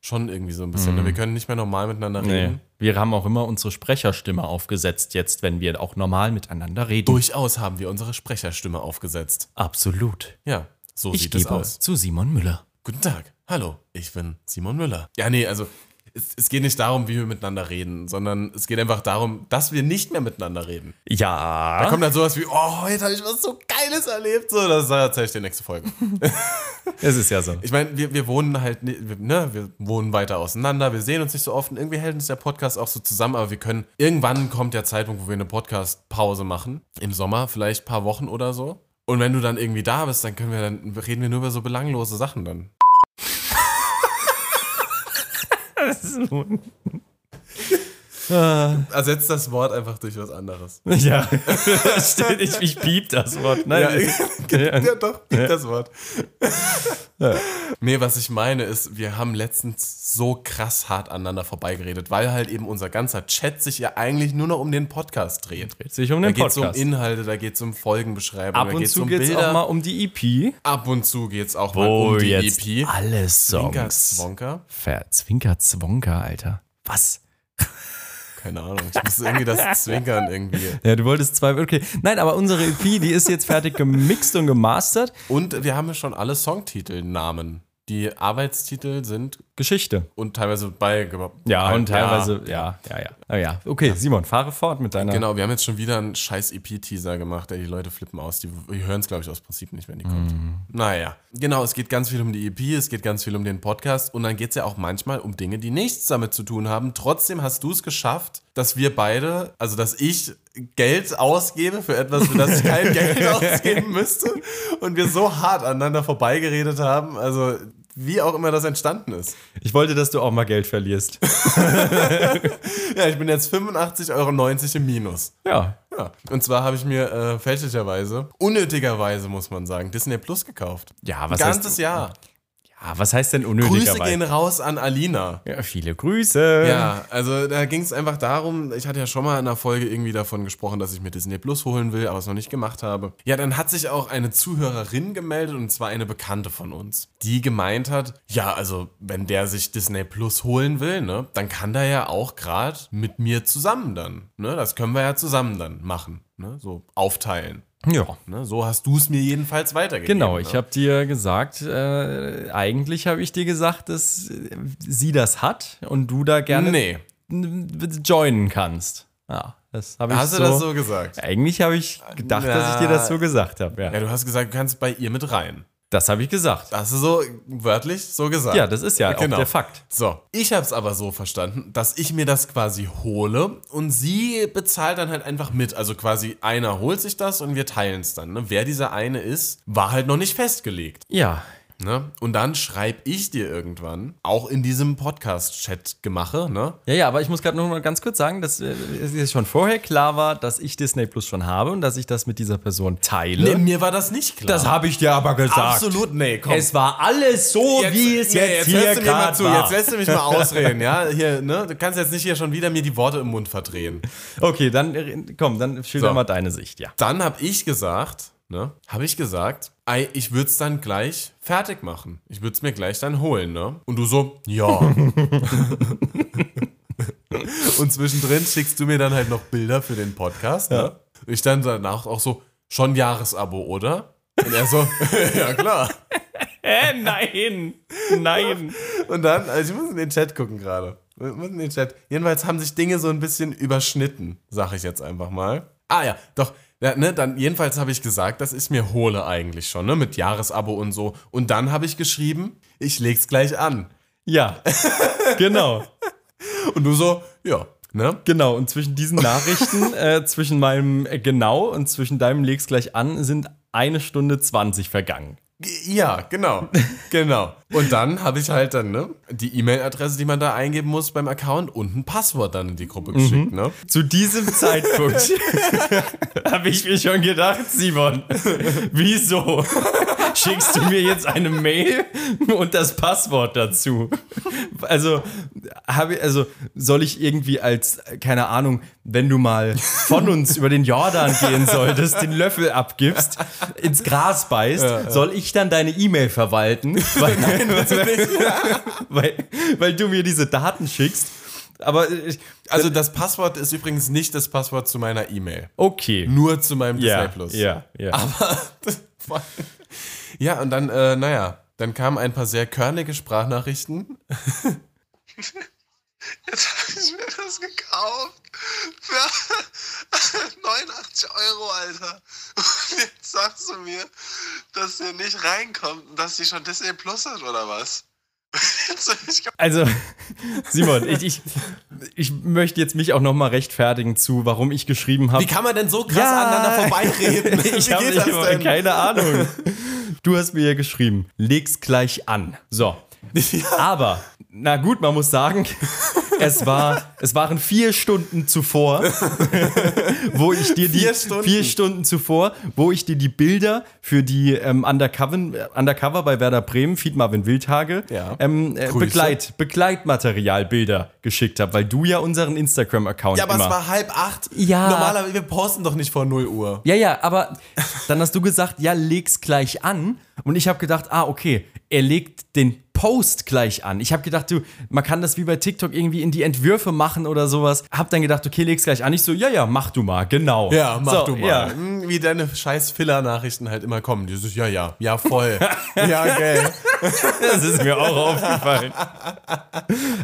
Schon irgendwie so ein bisschen. Ne? Wir können nicht mehr normal miteinander reden. Mhm. Nee. Wir haben auch immer unsere Sprecherstimme aufgesetzt, jetzt, wenn wir auch normal miteinander reden. Durchaus haben wir unsere Sprecherstimme aufgesetzt. Absolut. Ja, so Ich sieht es gebe aus. zu Simon Müller. Guten Tag. Hallo, ich bin Simon Müller. Ja, nee, also es, es geht nicht darum, wie wir miteinander reden, sondern es geht einfach darum, dass wir nicht mehr miteinander reden. Ja. Da kommt dann sowas wie, oh, heute habe ich was so Geiles erlebt. So, das erzähle ich dir nächste Folge. es ist ja so. Ich meine, wir, wir wohnen halt, ni- wir- ne, wir wohnen weiter auseinander, wir sehen uns nicht so oft und irgendwie hält uns der Podcast auch so zusammen, aber wir können, irgendwann kommt der Zeitpunkt, wo wir eine Podcast-Pause machen, im Sommer, vielleicht ein paar Wochen oder so. Und wenn du dann irgendwie da bist, dann können wir dann, reden wir nur über so belanglose Sachen dann. Ersetzt das Wort einfach durch was anderes. Ja, Steht, ich, ich piep das Wort. Nein, ja, ja, doch, das Wort. Nee, was ich meine ist, wir haben letztens so krass hart aneinander vorbeigeredet, weil halt eben unser ganzer Chat sich ja eigentlich nur noch um den Podcast dreht. Dreht sich um den da geht's Podcast. um Inhalte, da geht es um Folgenbeschreibungen, ab da und geht's zu um geht es auch Bilder. mal um die EP. Ab und zu geht es auch mal um die EP. alle Zwinker, Songs. Zwonker? Verzwinker, Zwonker, Alter. Was? Keine Ahnung. Ich muss irgendwie das Zwinkern irgendwie. Ja, du wolltest zwei. Okay. Nein, aber unsere EP, die ist jetzt fertig gemixt und gemastert. Und wir haben ja schon alle Songtitelnamen. Die Arbeitstitel sind Geschichte. und teilweise bei. Ja, und teilweise, ja, ja, ja. Ah, ja. Okay, Simon, fahre fort mit deiner. Genau, wir haben jetzt schon wieder einen scheiß EP-Teaser gemacht, ey, die Leute flippen aus. Die, die hören es, glaube ich, aus Prinzip nicht, wenn die kommt. Naja, genau, es geht ganz viel um die EP, es geht ganz viel um den Podcast und dann geht es ja auch manchmal um Dinge, die nichts damit zu tun haben. Trotzdem hast du es geschafft, dass wir beide, also dass ich Geld ausgebe für etwas, für das ich kein Geld ausgeben müsste und wir so hart aneinander vorbeigeredet haben, also wie auch immer das entstanden ist. Ich wollte, dass du auch mal Geld verlierst. Ja, ich bin jetzt 85,90 Euro im Minus. Ja. Ja. Und zwar habe ich mir äh, fälschlicherweise, unnötigerweise muss man sagen, Disney Plus gekauft. Ja, Ein was ganzes heißt, Jahr. ja, was heißt denn Grüße unnötigerweise? gehen raus an Alina. Ja, viele Grüße. Ja, also da ging es einfach darum, ich hatte ja schon mal in einer Folge irgendwie davon gesprochen, dass ich mir Disney Plus holen will, aber es noch nicht gemacht habe. Ja, dann hat sich auch eine Zuhörerin gemeldet und zwar eine Bekannte von uns, die gemeint hat, ja, also wenn der sich Disney Plus holen will, ne, dann kann der ja auch gerade mit mir zusammen dann, ne, das können wir ja zusammen dann machen, ne, so aufteilen. ja. Ne, so hast du es mir jedenfalls weitergegeben. Genau, ne? ich habe dir gesagt, äh, eigentlich habe ich dir gesagt, dass äh, sie das hat und du da gerne Nee, n- joinen kannst. Ja, das habe ich hast so, du das so gesagt? Eigentlich habe ich gedacht, dass ich dir das so gesagt habe. Ja. Ja, du hast gesagt, du kannst bei ihr mit rein. Das habe ich gesagt. Hast du so wörtlich so gesagt? Ja, das ist ja Genau. auch der Fakt. So, ich habe es aber so verstanden, dass ich mir das quasi hole und sie bezahlt dann halt einfach mit. Also quasi einer holt sich das und wir teilen es dann. Ne? Wer dieser eine ist, war halt noch nicht festgelegt. Ja, Ne? Und dann schreibe ich dir irgendwann, auch in diesem Podcast-Chat gemache, ne? Ja, ja, aber ich muss gerade noch mal ganz kurz sagen, dass äh, es ja schon vorher klar war, dass ich Disney Plus schon habe und dass ich das mit dieser Person teile. Nee, mir war das nicht klar. habe ich dir aber gesagt. Absolut, nee, komm. Es war alles so, Oh, wie es nee, jetzt, hörst hier du mir mal gerade zu, war. Jetzt lässt du mich mal ausreden, ja? Hier, ne? Du kannst jetzt nicht hier schon wieder mir die Worte im Mund verdrehen. okay, dann äh, komm, dann schilder So. mal deine Sicht, ja. Dann habe ich gesagt, ne? Habe ich gesagt, ey, ich würde es dann gleich fertig machen. Ich würde es mir gleich dann holen, ne? Und du so, ja. Und zwischendrin schickst du mir dann halt noch Bilder für den Podcast, ne? Ich dann danach auch so, schon Jahresabo, oder? Und er so, ja klar. Äh, nein, nein. Und dann, also ich muss in den Chat gucken gerade. Ich muss in den Chat. Jedenfalls haben sich Dinge so ein bisschen überschnitten, sag ich jetzt einfach mal. Ah ja, doch. Ja, ne, dann jedenfalls habe ich gesagt, dass ich mir hole eigentlich schon, ne, mit Jahresabo und so. Und dann habe ich geschrieben, ich leg's gleich an. Ja, genau, Und du so, ja, ne? genau. Und zwischen diesen Nachrichten, äh, zwischen meinem äh, Genau und zwischen deinem Legs gleich an, sind eine Stunde 20 vergangen. G- Ja, genau, genau. Und dann habe ich halt dann, ne, die E-Mail-Adresse, die man da eingeben muss beim Account und ein Passwort dann in die Gruppe geschickt, ne? Zu diesem Zeitpunkt habe ich mir schon gedacht, Simon, wieso schickst du mir jetzt eine Mail und das Passwort dazu? Also, habe ich, also soll ich irgendwie als, keine Ahnung, wenn du mal von uns über den Jordan gehen solltest, den Löffel abgibst, ins Gras beißt, soll ich dann deine E-Mail verwalten? Weil, weil, weil du mir diese Daten schickst. Aber äh, ich, Also das Passwort ist übrigens nicht das Passwort zu meiner E-Mail. okay. Nur zu meinem Ja, Disney Hm, Plus. ja, ja. ja, und dann, äh, naja, dann kamen ein paar sehr körnige Sprachnachrichten. Jetzt habe ich mir das gekauft für 89 Euro, Alter. Und jetzt sagst du mir, dass der nicht reinkommt und dass die schon Disney Plus hat, oder was? Jetzt hab ich Also, Simon, ich, ich, ich möchte jetzt mich auch nochmal rechtfertigen zu, warum ich geschrieben habe. Wie kann man denn so krass Ja. aneinander vorbeireden? ich habe nicht mal- keine Ahnung. Du hast mir ja geschrieben, leg's gleich an. So. Aber, na gut, man muss sagen, Es, war, es waren vier Stunden zuvor, wo ich dir die Vier Stunden? vier Stunden zuvor, wo ich dir die Bilder für die ähm, Undercover, Undercover bei Werder Bremen, Feed Marvin Wildhage, Ja. ähm, äh, Grüße. Begleit, Begleitmaterialbilder geschickt habe, weil du ja unseren Instagram-Account Ja, aber immer. es war halb acht. Ja. Normalerweise, wir posten doch nicht vor 0 Uhr. Ja, ja, aber dann hast du gesagt, ja, leg's gleich an. Und ich habe gedacht, ah, okay, er legt den Post gleich an. Ich habe gedacht, du, man kann das wie bei TikTok irgendwie in die Entwürfe machen oder sowas. Hab dann gedacht, okay, leg's gleich an. Ich so, ja, ja, mach du mal, genau. Ja, mach so, du mal. Ja. Hm, Wie deine scheiß Filler-Nachrichten halt immer kommen. Dieses, ja, ja, ja, voll. ja, gell. Das ist mir auch aufgefallen.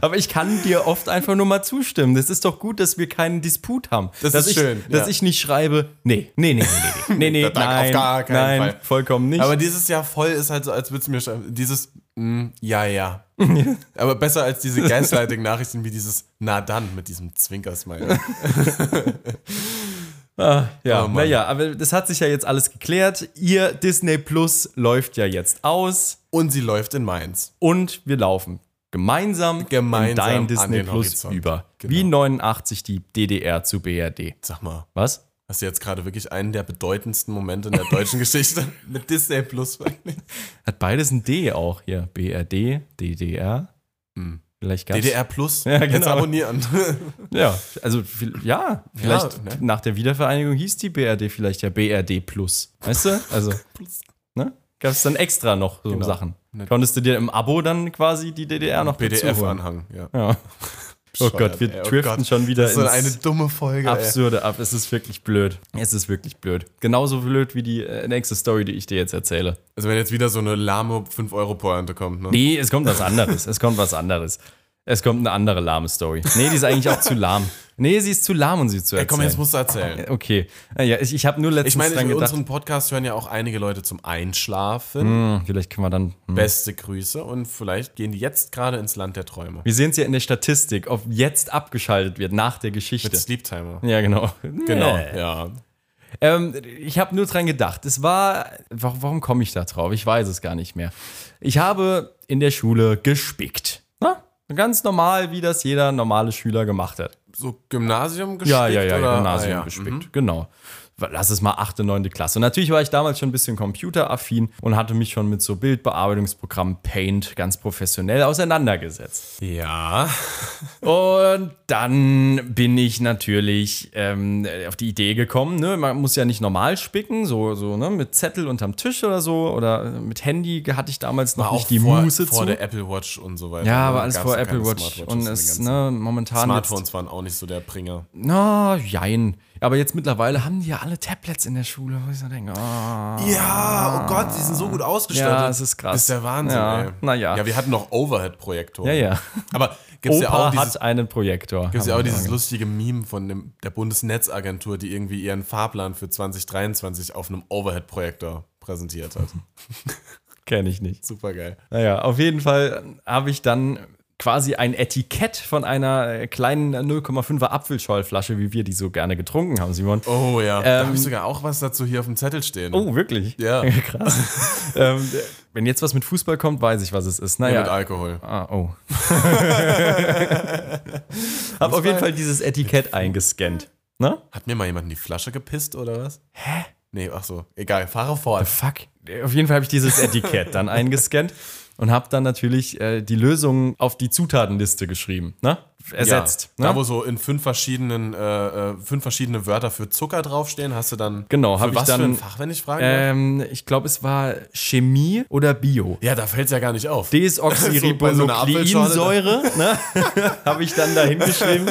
Aber ich kann dir oft einfach nur mal zustimmen. Das ist doch gut, dass wir keinen Disput haben. Das dass ist ich, schön, Dass ja. ich nicht schreibe, nee, nee, nee, nee, nee, nee, nee, nee Auf nein, gar keinen nein, Fall. vollkommen nicht. Aber dieses Jahr voll ist halt so, als würdest du mir schreiben, dieses mm, ja, ja. Aber besser als diese Gaslighting-Nachrichten wie dieses na dann mit diesem Zwinkersmile. Ja, Oh Mann. naja, aber das hat sich ja jetzt alles geklärt. Ihr Disney Plus läuft ja jetzt aus Und sie läuft in Mainz. und wir laufen gemeinsam, in Gemeinsam dein an Disney den Plus Horizont. über. Genau. Wie 89 die DDR zu BRD. Sag mal, Was? hast du jetzt gerade wirklich einen der bedeutendsten Momente in der deutschen Geschichte mit Disney Plus verknüpft? Hat beides ein D auch hier. BRD, DDR. Hm. Vielleicht gab's, DDR Plus? Ja, Jetzt genau. abonnieren. Ja, also viel- ja, vielleicht ne? nach der Wiedervereinigung hieß die BRD vielleicht ja BRD Plus. Weißt du? Also, ne? Gab es dann extra noch so Genau. Sachen. Ne- Konntest du dir im Abo dann quasi die DDR noch dazu holen. PDF-Anhang, ja. Ja. Oh Gott, wir Ey, driften schon wieder Das ist so ins eine dumme Folge. ey. Absurde ab. Es ist wirklich blöd. Es ist wirklich blöd. Genauso blöd wie die äh, nächste Story, die ich dir jetzt erzähle. Also wenn jetzt wieder so eine lahme 5-Euro-Pointe kommt, ne? Nee, es kommt was anderes. es kommt was anderes. Es kommt eine andere lahme Story. Nee, die ist eigentlich auch zu lahm. Nee, sie ist zu lahm, um sie zu Ey, erzählen. komm, jetzt musst du erzählen. okay. Naja, ich, ich habe nur letztens Ich meine, dran gedacht, unseren Podcast hören ja auch einige Leute zum Einschlafen. hm, vielleicht können wir dann... Hm. Beste Grüße und vielleicht gehen die jetzt gerade ins Land der Träume. Wir sehen es ja in der Statistik, ob jetzt abgeschaltet wird nach der Geschichte. Mit Sleeptimer. Ja, genau. Genau, ja. Ähm, ich habe nur dran gedacht. Es war. Warum, warum komme ich da drauf? Ich weiß es gar nicht mehr. Ich habe in der Schule gespickt. Na? Ganz normal, wie das jeder normale Schüler gemacht hat. So Gymnasium gespickt? Ja, ja, ja, oder? Gymnasium Ah, ja. gespickt, genau. Lass es mal 8., 9. Klasse. Und natürlich war ich damals schon ein bisschen computeraffin und hatte mich schon mit so Bildbearbeitungsprogrammen Paint ganz professionell auseinandergesetzt. Ja. Und dann bin ich natürlich ähm, auf die Idee gekommen, ne? man muss ja nicht normal spicken, so, so ne? mit Zettel unterm Tisch oder so oder mit Handy hatte ich damals noch War nicht die vor, Muße vor zu. der Apple Watch und so weiter. ne? ja, aber Da alles gab's vor ja Apple keine Watch Smartwatches und den es, ganzen- ne, momentan jetzt, Smartphones waren auch nicht so der Bringer. na, jein. Aber jetzt mittlerweile haben die ja alle Tablets in der Schule, wo ich so denke, ah. Ja, oh Gott, die sind so gut ausgestattet. Ja, es ist krass. Das ist der Wahnsinn, Ja, ey. naja. Ja, wir hatten noch Overhead-Projektoren. Ja, ja. Aber gibt's ja Opa auch dieses, hat einen Projektor. gibt's ja auch dieses lustige Meme von dem, der Bundesnetzagentur, die irgendwie ihren Fahrplan für 2023 auf einem Overhead-Projektor präsentiert hat. Kenne ich nicht. Super geil. Naja, auf jeden Fall äh, habe ich dann quasi ein Etikett von einer äh, kleinen 0,5er Apfelschorlflasche, wie wir die so gerne getrunken haben, Simon. Oh ja, da Ähm, habe ich sogar auch was dazu hier auf dem Zettel stehen. Oh, wirklich? Ja. Krass. ähm, wenn jetzt was mit Fußball kommt, weiß ich, was es ist. Mit Naja. Alkohol. Ah, oh. Hab auf jeden Fall dieses Etikett eingescannt. Ne? Hat mir mal jemand in die Flasche gepisst oder was? Hä? Nee, ach so. Egal, fahre fort. Fuck. Auf jeden Fall habe ich dieses Etikett dann eingescannt und habe dann natürlich äh, die Lösung auf die Zutatenliste geschrieben. Ne? Ersetzt. Ja, da, ne? wo so in fünf verschiedenen, äh, äh, fünf verschiedene Wörter für Zucker draufstehen, hast du dann. Genau, hab für ich was dann- für ein Fach, wenn ich frage? Ähm, ich glaube, es war Chemie oder Bio. ja, da fällt es ja gar nicht auf. Desoxyribonukleinsäure, ne? habe ich dann da hingeschrieben.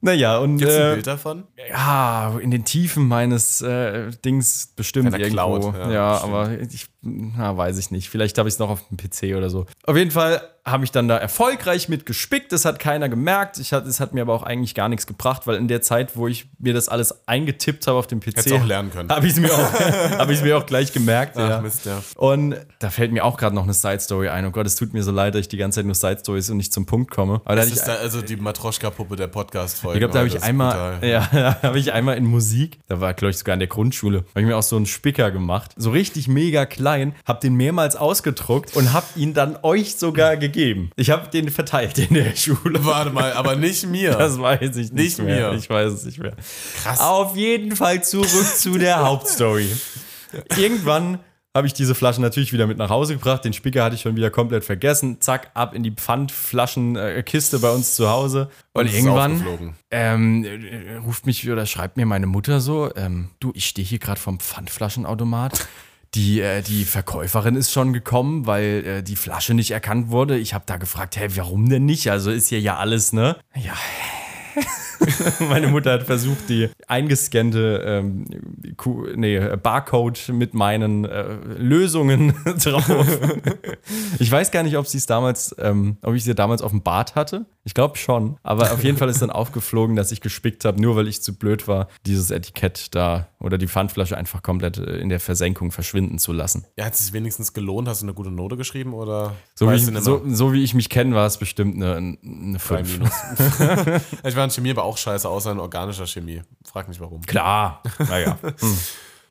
Naja, und Gibt es ein äh, Bild davon? ja, in den Tiefen meines äh, Dings bestimmt Deiner irgendwo. Cloud, ja, ja, aber ich na, weiß ich nicht. Vielleicht habe ich es noch auf dem PC oder so. Auf jeden Fall habe ich dann da erfolgreich mit gespickt. Das hat keiner gemerkt. Ich hat, es hat mir aber auch eigentlich gar nichts gebracht, weil in der Zeit, wo ich mir das alles eingetippt habe auf dem PC, Hättest auch lernen können. habe ich es mir, auch- hab ich's mir auch gleich gemerkt. ja. Ach, Mist, ja. Und da fällt mir auch gerade noch eine Side-Story ein. Oh Gott, es tut mir so leid, dass ich die ganze Zeit nur Side-Stories und nicht zum Punkt komme. Aber da Das hatte ich, ist da also die Matroschka-Puppe der Podcast-Folge. ich glaube, da habe ich Oh, Das ist einmal, brutal. ja, da habe ich einmal in Musik, da war, glaube ich, sogar in der Grundschule, habe ich mir auch so einen Spicker gemacht. So richtig mega klein, habe den mehrmals ausgedruckt und habe ihn dann euch sogar gegeben. Ich habe den verteilt in der Schule. Warte mal, aber nicht mir. Das weiß ich nicht, Nicht mehr. mir. Ich weiß es nicht mehr. Krass. Auf jeden Fall zurück zu der Hauptstory. Irgendwann habe ich diese Flaschen natürlich wieder mit nach Hause gebracht. Den Spicker hatte ich schon wieder komplett vergessen. Zack, ab in die Pfandflaschenkiste bei uns zu Hause. Und, es ist irgendwann aufgeflogen. ähm, äh, ruft mich oder schreibt mir meine Mutter so: ähm, Du, ich stehe hier gerade vom Pfandflaschenautomat. Die, äh, die Verkäuferin ist schon gekommen, weil äh, die Flasche nicht erkannt wurde. Ich habe da gefragt, hä, warum denn nicht? Also ist hier ja alles, ne? Ja, meine Mutter hat versucht, die eingescannte ähm, Q, nee, Barcode mit meinen äh, Lösungen drauf. ich weiß gar nicht, ob sie es damals, ähm, ob ich sie damals auf dem Bart hatte. Ich glaube schon. Aber auf jeden Fall ist dann aufgeflogen, dass ich gespickt habe, nur weil ich zu blöd war, dieses Etikett da oder die Pfandflasche einfach komplett äh, in der Versenkung verschwinden zu lassen. Ja, hat es sich wenigstens gelohnt? Hast du eine gute Note geschrieben oder So, wie ich, weißt du nimmer? so, so wie ich mich kenne, war es bestimmt eine, eine 5. Minus. ich war in Chemie aber auch scheiße, außer in organischer Chemie. Frag mich warum. Klar, naja.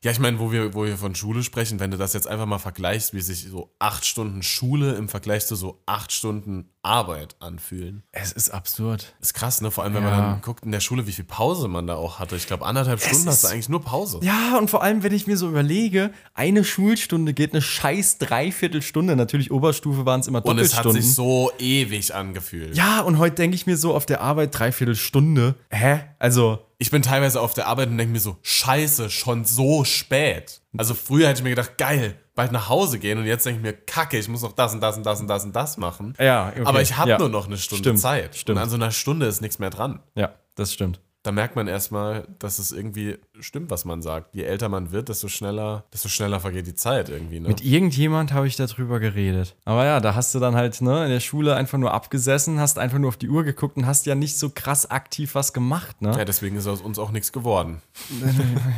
Ja, ich meine, wo wir, wo wir von Schule sprechen, wenn du das jetzt einfach mal vergleichst, wie sich so acht Stunden Schule im Vergleich zu so acht Stunden Arbeit anfühlen. es ist absurd. Ist krass, ne? Vor allem, wenn man Ja. dann guckt in der Schule, wie viel Pause man da auch hatte. Ich glaube, anderthalb Stunden hast du ist- eigentlich nur Pause. Ja, und vor allem, wenn ich mir so überlege, eine Schulstunde geht eine scheiß Dreiviertelstunde. Natürlich, Oberstufe waren es immer Und es hat Doppelstunden. sich so ewig angefühlt. ja, und heute denke ich mir so auf der Arbeit Dreiviertelstunde. Hä? Also, Ich bin teilweise auf der Arbeit und denke mir so, scheiße, schon so spät. Also früher hätte ich mir gedacht, geil, bald nach Hause gehen. Und jetzt denke ich mir, kacke, ich muss noch das und das und das und das und das machen. Ja, okay. Aber ich habe Ja. nur noch eine Stunde Stimmt, Zeit. stimmt. Und an so einer Stunde ist nichts mehr dran. ja, das stimmt. Da merkt man erstmal, dass es irgendwie stimmt, was man sagt. Je älter man wird, desto schneller, desto schneller vergeht die Zeit irgendwie. Ne? Mit irgendjemand habe ich darüber geredet. Aber ja, da hast du dann halt ne, in der Schule einfach nur abgesessen, hast einfach nur auf die Uhr geguckt und hast ja nicht so krass aktiv was gemacht, ne? Ja, deswegen ist aus uns auch nichts geworden.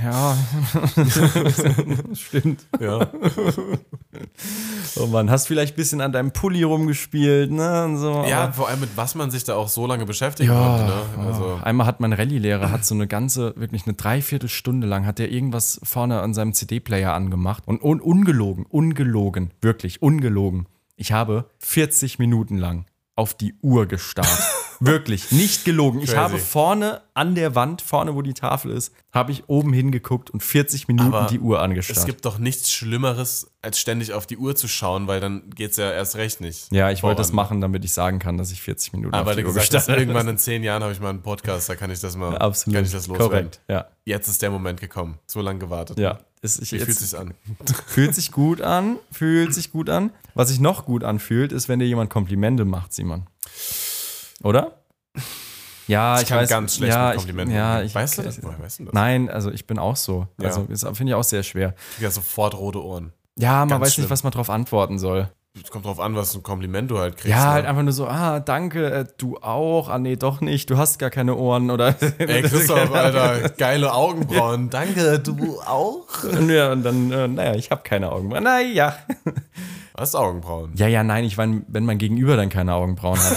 Ja, stimmt. Ja. Oh Mann, hast vielleicht ein bisschen an deinem Pulli rumgespielt, ne? Und so, aber- ja, vor allem mit was man sich da auch so lange beschäftigen konnte. Ah, Ne? Also, Einmal hat mein Rallye-Lehrer, hat so eine ganze, wirklich eine Dreiviertelstunde lang, hat er irgendwas vorne an seinem CD-Player angemacht und un ungelogen, ungelogen, wirklich ungelogen. Ich habe 40 Minuten lang auf die Uhr gestarrt. wirklich, nicht gelogen. Ich Crazy. habe vorne an der Wand, vorne wo die Tafel ist, habe ich oben hingeguckt und 40 Minuten Aber die Uhr es angestarrt. gibt doch nichts Schlimmeres, als ständig auf die Uhr zu schauen, weil dann geht es ja erst recht nicht. ja, ich wollte das voran. machen, damit ich sagen kann, dass ich 40 Minuten Aber auf die Ah, du Uhr gesagt hast, gestarrt irgendwann in zehn Jahren habe ich mal einen Podcast, da kann ich das mal Absolut. Kann ich das loswerden. Korrekt, ja. Jetzt ist der Moment gekommen. So lange gewartet. Ja. Ist, ich, Wie jetzt- fühlt sich's an? Fühlt sich gut an, fühlt sich gut an. Was sich noch gut anfühlt, ist, wenn dir jemand Komplimente macht, Simon. Oder? Ja, ich, kann weiß. ganz schlecht ja, mit Komplimenten Ich, ja, umgehen. ich, Weißt du das? Woher weißt du das? Nein, also ich bin auch so. Ja. Also das finde ich auch sehr schwer. Ich krieg ja sofort rote Ohren. Ja, man Ganz weiß schlimm. nicht, was man drauf antworten soll. Es kommt drauf an, was für ein Kompliment du halt kriegst. Ja, halt ne? einfach nur so, ah, danke, äh, du auch, ah, nee, doch nicht, du hast gar keine Ohren oder. Ey, Christoph, Alter, geile Augenbrauen. Danke, du auch? ja, und dann, äh, naja, ich habe keine Augen. Naja. Was Augenbrauen? Ja, ja, nein, ich meine, wenn mein Gegenüber dann keine Augenbrauen hat.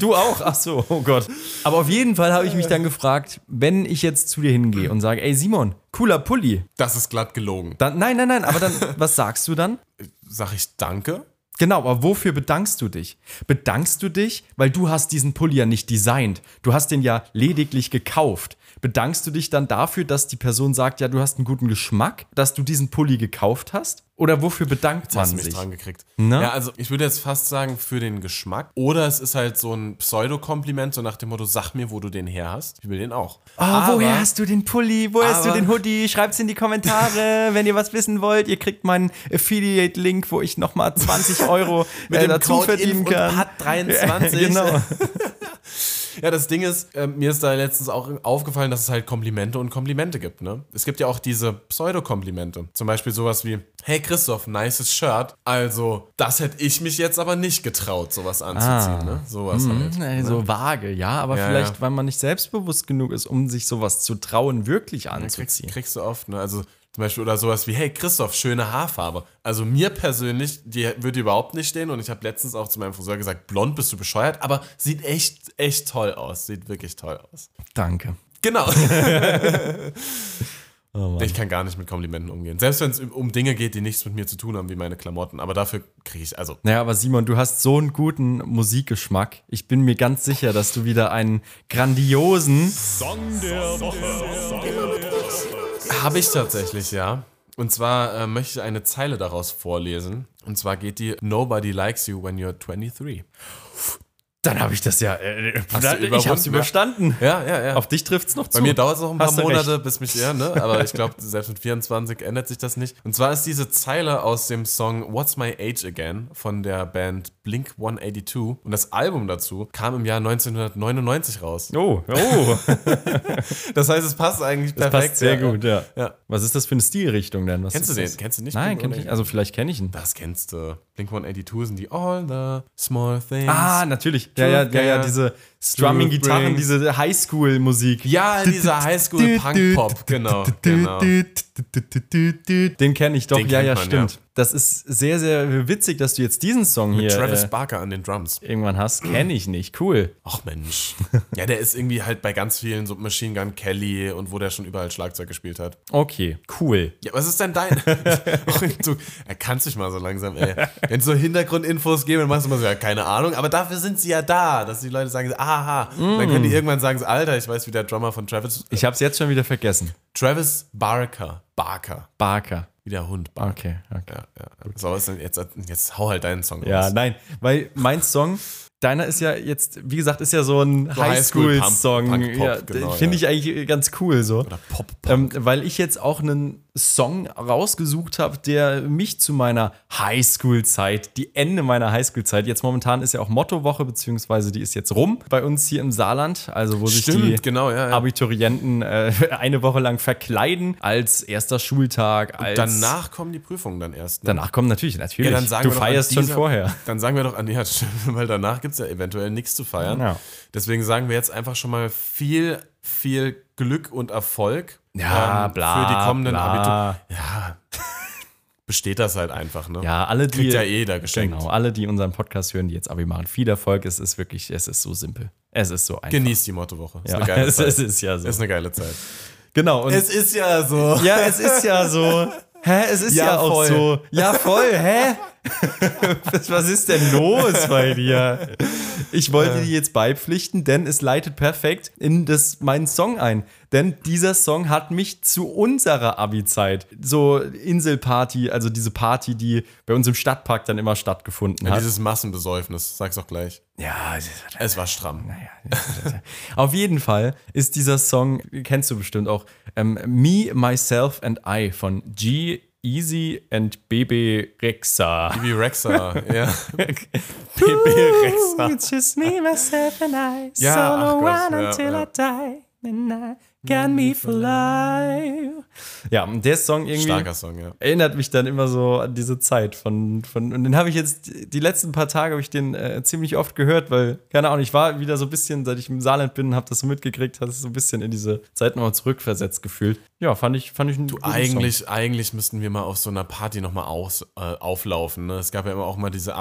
du auch? Ach so, oh Gott. Aber auf jeden Fall habe ich mich dann gefragt, wenn ich jetzt zu dir hingehe und sage, ey Simon, cooler Pulli. Das ist glatt gelogen. Dann, nein, nein, nein, aber dann, was sagst du dann? Sag ich danke? Genau, aber wofür bedankst du dich? Bedankst du dich, weil du hast diesen Pulli ja nicht designt. Du hast den ja lediglich gekauft. Bedankst du dich dann dafür, dass die Person sagt, ja, du hast einen guten Geschmack, dass du diesen Pulli gekauft hast? Oder wofür bedankt Hast man du mich sich? Ne? dran gekriegt. Na? Ja, also ich würde jetzt fast sagen, für den Geschmack. Oder es ist halt so ein Pseudokompliment, so nach dem Motto, sag mir, wo du den her hast. Ich will den auch. Oh, woher hast du den Pulli? Wo hast du aber- den Hoodie? Schreibt's in die Kommentare, wenn ihr was wissen wollt. Ihr kriegt meinen Affiliate-Link, wo ich nochmal 20 Euro Mit äh, dem dazu Code verdienen Inf und kann. Pat 23. Ja, genau. Ja, das Ding ist, äh, mir ist da letztens auch aufgefallen, dass es halt Komplimente und Komplimente gibt, ne? Es gibt ja auch diese Pseudokomplimente. Zum Beispiel sowas wie, hey Christoph, nices Shirt. Also, das hätte ich mich jetzt aber nicht getraut, sowas anzuziehen, ne? Sowas halt. Also vage, ja, aber Ja, vielleicht, ja. weil man nicht selbstbewusst genug ist, um sich sowas zu trauen, wirklich Kriegst, anzuziehen. kriegst du oft, ne? Also, zum Beispiel oder sowas wie, hey Christoph, schöne Haarfarbe. Also mir persönlich, die würde überhaupt nicht stehen und ich habe letztens auch zu meinem Friseur gesagt, blond bist du bescheuert, aber sieht echt, echt toll aus. Sieht wirklich toll aus. Danke. Genau. Oh Mann. Ich kann gar nicht mit Komplimenten umgehen. Selbst wenn es um Dinge geht, die nichts mit mir zu tun haben, wie meine Klamotten. Aber dafür kriege ich, also, Naja, aber Simon, du hast so einen guten Musikgeschmack. Ich bin mir ganz sicher, dass du wieder einen grandiosen. Habe ich tatsächlich, ja. Und zwar äh, möchte ich eine Zeile daraus vorlesen. Und zwar geht die Nobody likes you when you're 23. Dann habe ich das ja. Äh, da- ich überwunden, hab's ja. überstanden. Ja, ja, ja. Auf dich trifft's noch Bei zu. mir dauert es noch ein paar Hast du Monate, bis mich ja, ne? Aber ich glaube, selbst mit 24 ändert sich das nicht. Und zwar ist diese Zeile aus dem Song What's My Age Again von der Band Blink 182. Und das Album dazu kam im Jahr 1999 raus. Oh, oh. Das heißt, es passt eigentlich perfekt. Passt sehr ja. gut, ja. Ja. Was ist das für eine Stilrichtung denn? Was Kennst du ist den? das? Kennst du nicht? Nein, Blink kenn ich nicht. Also vielleicht kenne ich ihn. Das kennst du. Blink 182 sind die All the Small Things. Ah, natürlich. Ja, ja, ja, ja, diese Strumming-Gitarren, brings- diese Highschool-Musik. ja, dieser Highschool-Punk-Pop, genau. genau. Den kenne ich doch. Den ja, kennt ja, man, stimmt. ja. Das ist sehr, sehr witzig, dass du jetzt diesen Song hier Travis äh, Barker an den Drums. irgendwann hast. Kenne ich nicht. Cool. Ach Mensch. Ja, der ist irgendwie halt bei ganz vielen so Machine Gun Kelly und wo der schon überall Schlagzeug gespielt hat. Okay, cool. Ja, was ist denn dein? du, er kann sich mal so langsam, ey. Wenn es so Hintergrundinfos geben, dann machst du immer so, ja, keine Ahnung. Aber dafür sind sie ja da, dass die Leute sagen, aha. Und Dann können die irgendwann sagen, Alter, ich weiß, wie der Drummer von Travis, äh, Ich habe es jetzt schon wieder vergessen. Travis Barker, Barker, Barker. wie der Hund, Barker. Okay, okay. Ja, ja. So, was denn jetzt, jetzt hau halt deinen Song Ja, raus. nein, weil mein Song, deiner ist ja jetzt, wie gesagt, ist ja so ein Highschool-Song. Highschool-Pump- Punk-Pop, ja, genau, Finde ich ja. eigentlich ganz cool so. Oder Pop. Ähm, weil ich jetzt auch einen Song rausgesucht habe, der mich zu meiner Highschool-Zeit, die Ende meiner Highschool-Zeit, jetzt momentan ist ja auch Mottowoche, beziehungsweise die ist jetzt rum bei uns hier im Saarland, also wo sich Stimmt, die genau, ja, ja. Abiturienten äh, eine Woche lang verkleiden als erster Schultag. Als Danach kommen die Prüfungen dann erst. Ne? Danach kommt natürlich, natürlich. Ja, dann sagen du wir doch an feierst schon dieser- vorher. Dann sagen wir doch an, ja, stimmt, weil danach gibt es ja eventuell nichts zu feiern. Ja. Deswegen sagen wir jetzt einfach schon mal viel, viel Glück und Erfolg Ja, ähm, bla, für die kommenden bla. Abitur. Ja, besteht das halt einfach, ne? Ja, alle, die. Kriegt ja eh jeder geschenkt. genau, alle, die unseren Podcast hören, die jetzt Abi machen. Viel Erfolg. Es ist wirklich, es ist so simpel. Es ist so einfach. Genießt die Mottowoche. Ist Ja, eine geile es, Zeit. es ist ja so. ist eine geile Zeit. genau. Und ist ja so. ja, es ist ja so. Hä, es ist ja, Ja, auch voll. so. Ja, voll, hä? Was was ist denn los bei dir? Ich wollte dir jetzt beipflichten, denn es leitet perfekt in das, meinen Song ein. Denn dieser Song hat mich zu unserer Abi-Zeit, so Inselparty, also diese Party, die bei uns im Stadtpark dann immer stattgefunden hat. Dieses Massenbesäufnis, sag's auch gleich. Ja, Es war stramm. Naja, auf jeden Fall ist dieser Song, kennst du bestimmt auch, ähm, Me, Myself and I von G. Easy and BB Rexa. Wie Rexa, ja. BB Rexa. It's just me, myself and I. Ja, ach solo Gott, one ja, until ja. I die. And I got me for life. Ja, und der Song irgendwie Starker Song, ja. erinnert mich dann immer so an diese Zeit von, von und den habe ich jetzt die letzten paar Tage habe ich den äh, ziemlich oft gehört, weil keine Ahnung, ich war wieder so ein bisschen, seit ich im Saarland bin, habe das so mitgekriegt, hast so ein bisschen in diese Zeit nochmal zurückversetzt gefühlt. Ja, fand ich fand ich einen guten Eigentlich, eigentlich müssten wir mal auf so einer Party nochmal aus, äh, auflaufen. Ne? Es gab ja immer auch mal diese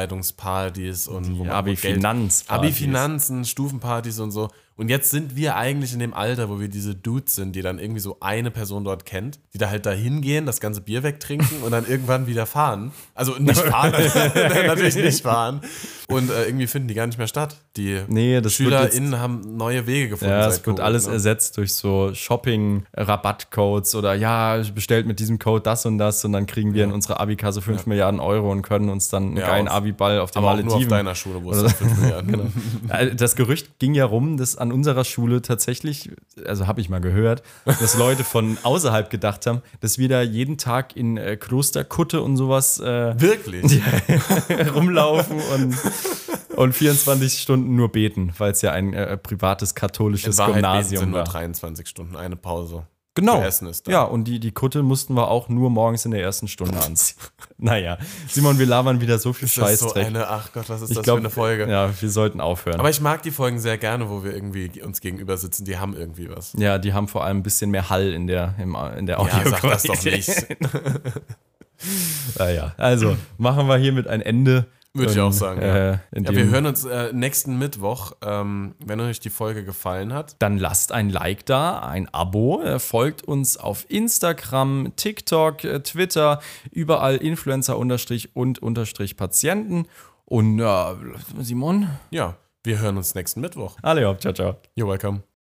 Abi-Vorbereitungspartys und wo man auch Geld- Abi-Finanzpartys. Abi-Finanzen, Stufenpartys und so. Und jetzt sind wir eigentlich in dem Alter, wo wir diese Dudes sind, die dann irgendwie so eine Person dort kennt, die da halt da hingehen, das ganze Bier wegtrinken und dann irgendwann wieder fahren. Also nicht fahren, natürlich nicht fahren. Und äh, irgendwie finden die gar nicht mehr statt. Die Nee, das wird jetzt- SchülerInnen haben neue Wege gefunden. Ja, seit es wird Covid, alles ne? ersetzt durch so Shopping-Rabattcodes oder ja, bestellt mit diesem Code das und das und dann kriegen wir in unsere Abi-Kasse 5 Milliarden Euro und können uns dann einen Ja, geilen auf- Abi-Ball auf den Aber auch nur auf Malediven deiner Schule, wo es dann fünf Milliarden genau. Also Das Gerücht ging ja rum, dass an unserer Schule tatsächlich, also habe ich mal gehört, dass Leute von außerhalb gedacht haben, dass wir da jeden Tag in äh, Klosterkutte und sowas äh, Wirklich? rumlaufen und, und 24 Stunden nur beten, weil es ja ein äh, privates katholisches In Wahrheit Gymnasium Gymnasium sind nur war. 23 Stunden, eine Pause. Genau. Zu essen ist da. Ja, und die, die Kutte mussten wir auch nur morgens in der ersten Stunde anziehen. naja, Simon, wir labern wieder so viel Das ist so Scheißdreck. eine, ach Gott, was ist ich das glaube, für eine Folge? Ja, wir sollten aufhören. Aber ich mag die Folgen sehr gerne, wo wir irgendwie uns gegenüber sitzen. Die haben irgendwie was. Ja, die haben vor allem ein bisschen mehr Hall in der, im, in der Audio. Ja, sag das doch nicht. Naja, also machen wir hiermit ein Ende Würde ich Und, auch sagen, ja. Äh, in Ja, dem, wir hören uns äh, nächsten Mittwoch. Ähm, wenn euch die Folge gefallen hat, dann lasst ein Like da, ein Abo, äh, folgt uns auf Instagram, TikTok, äh, Twitter, überall Influencer unterstrich und unterstrich Patienten. Und äh, Simon, ja, wir hören uns nächsten Mittwoch. alle hopp, ciao, ciao. You're welcome.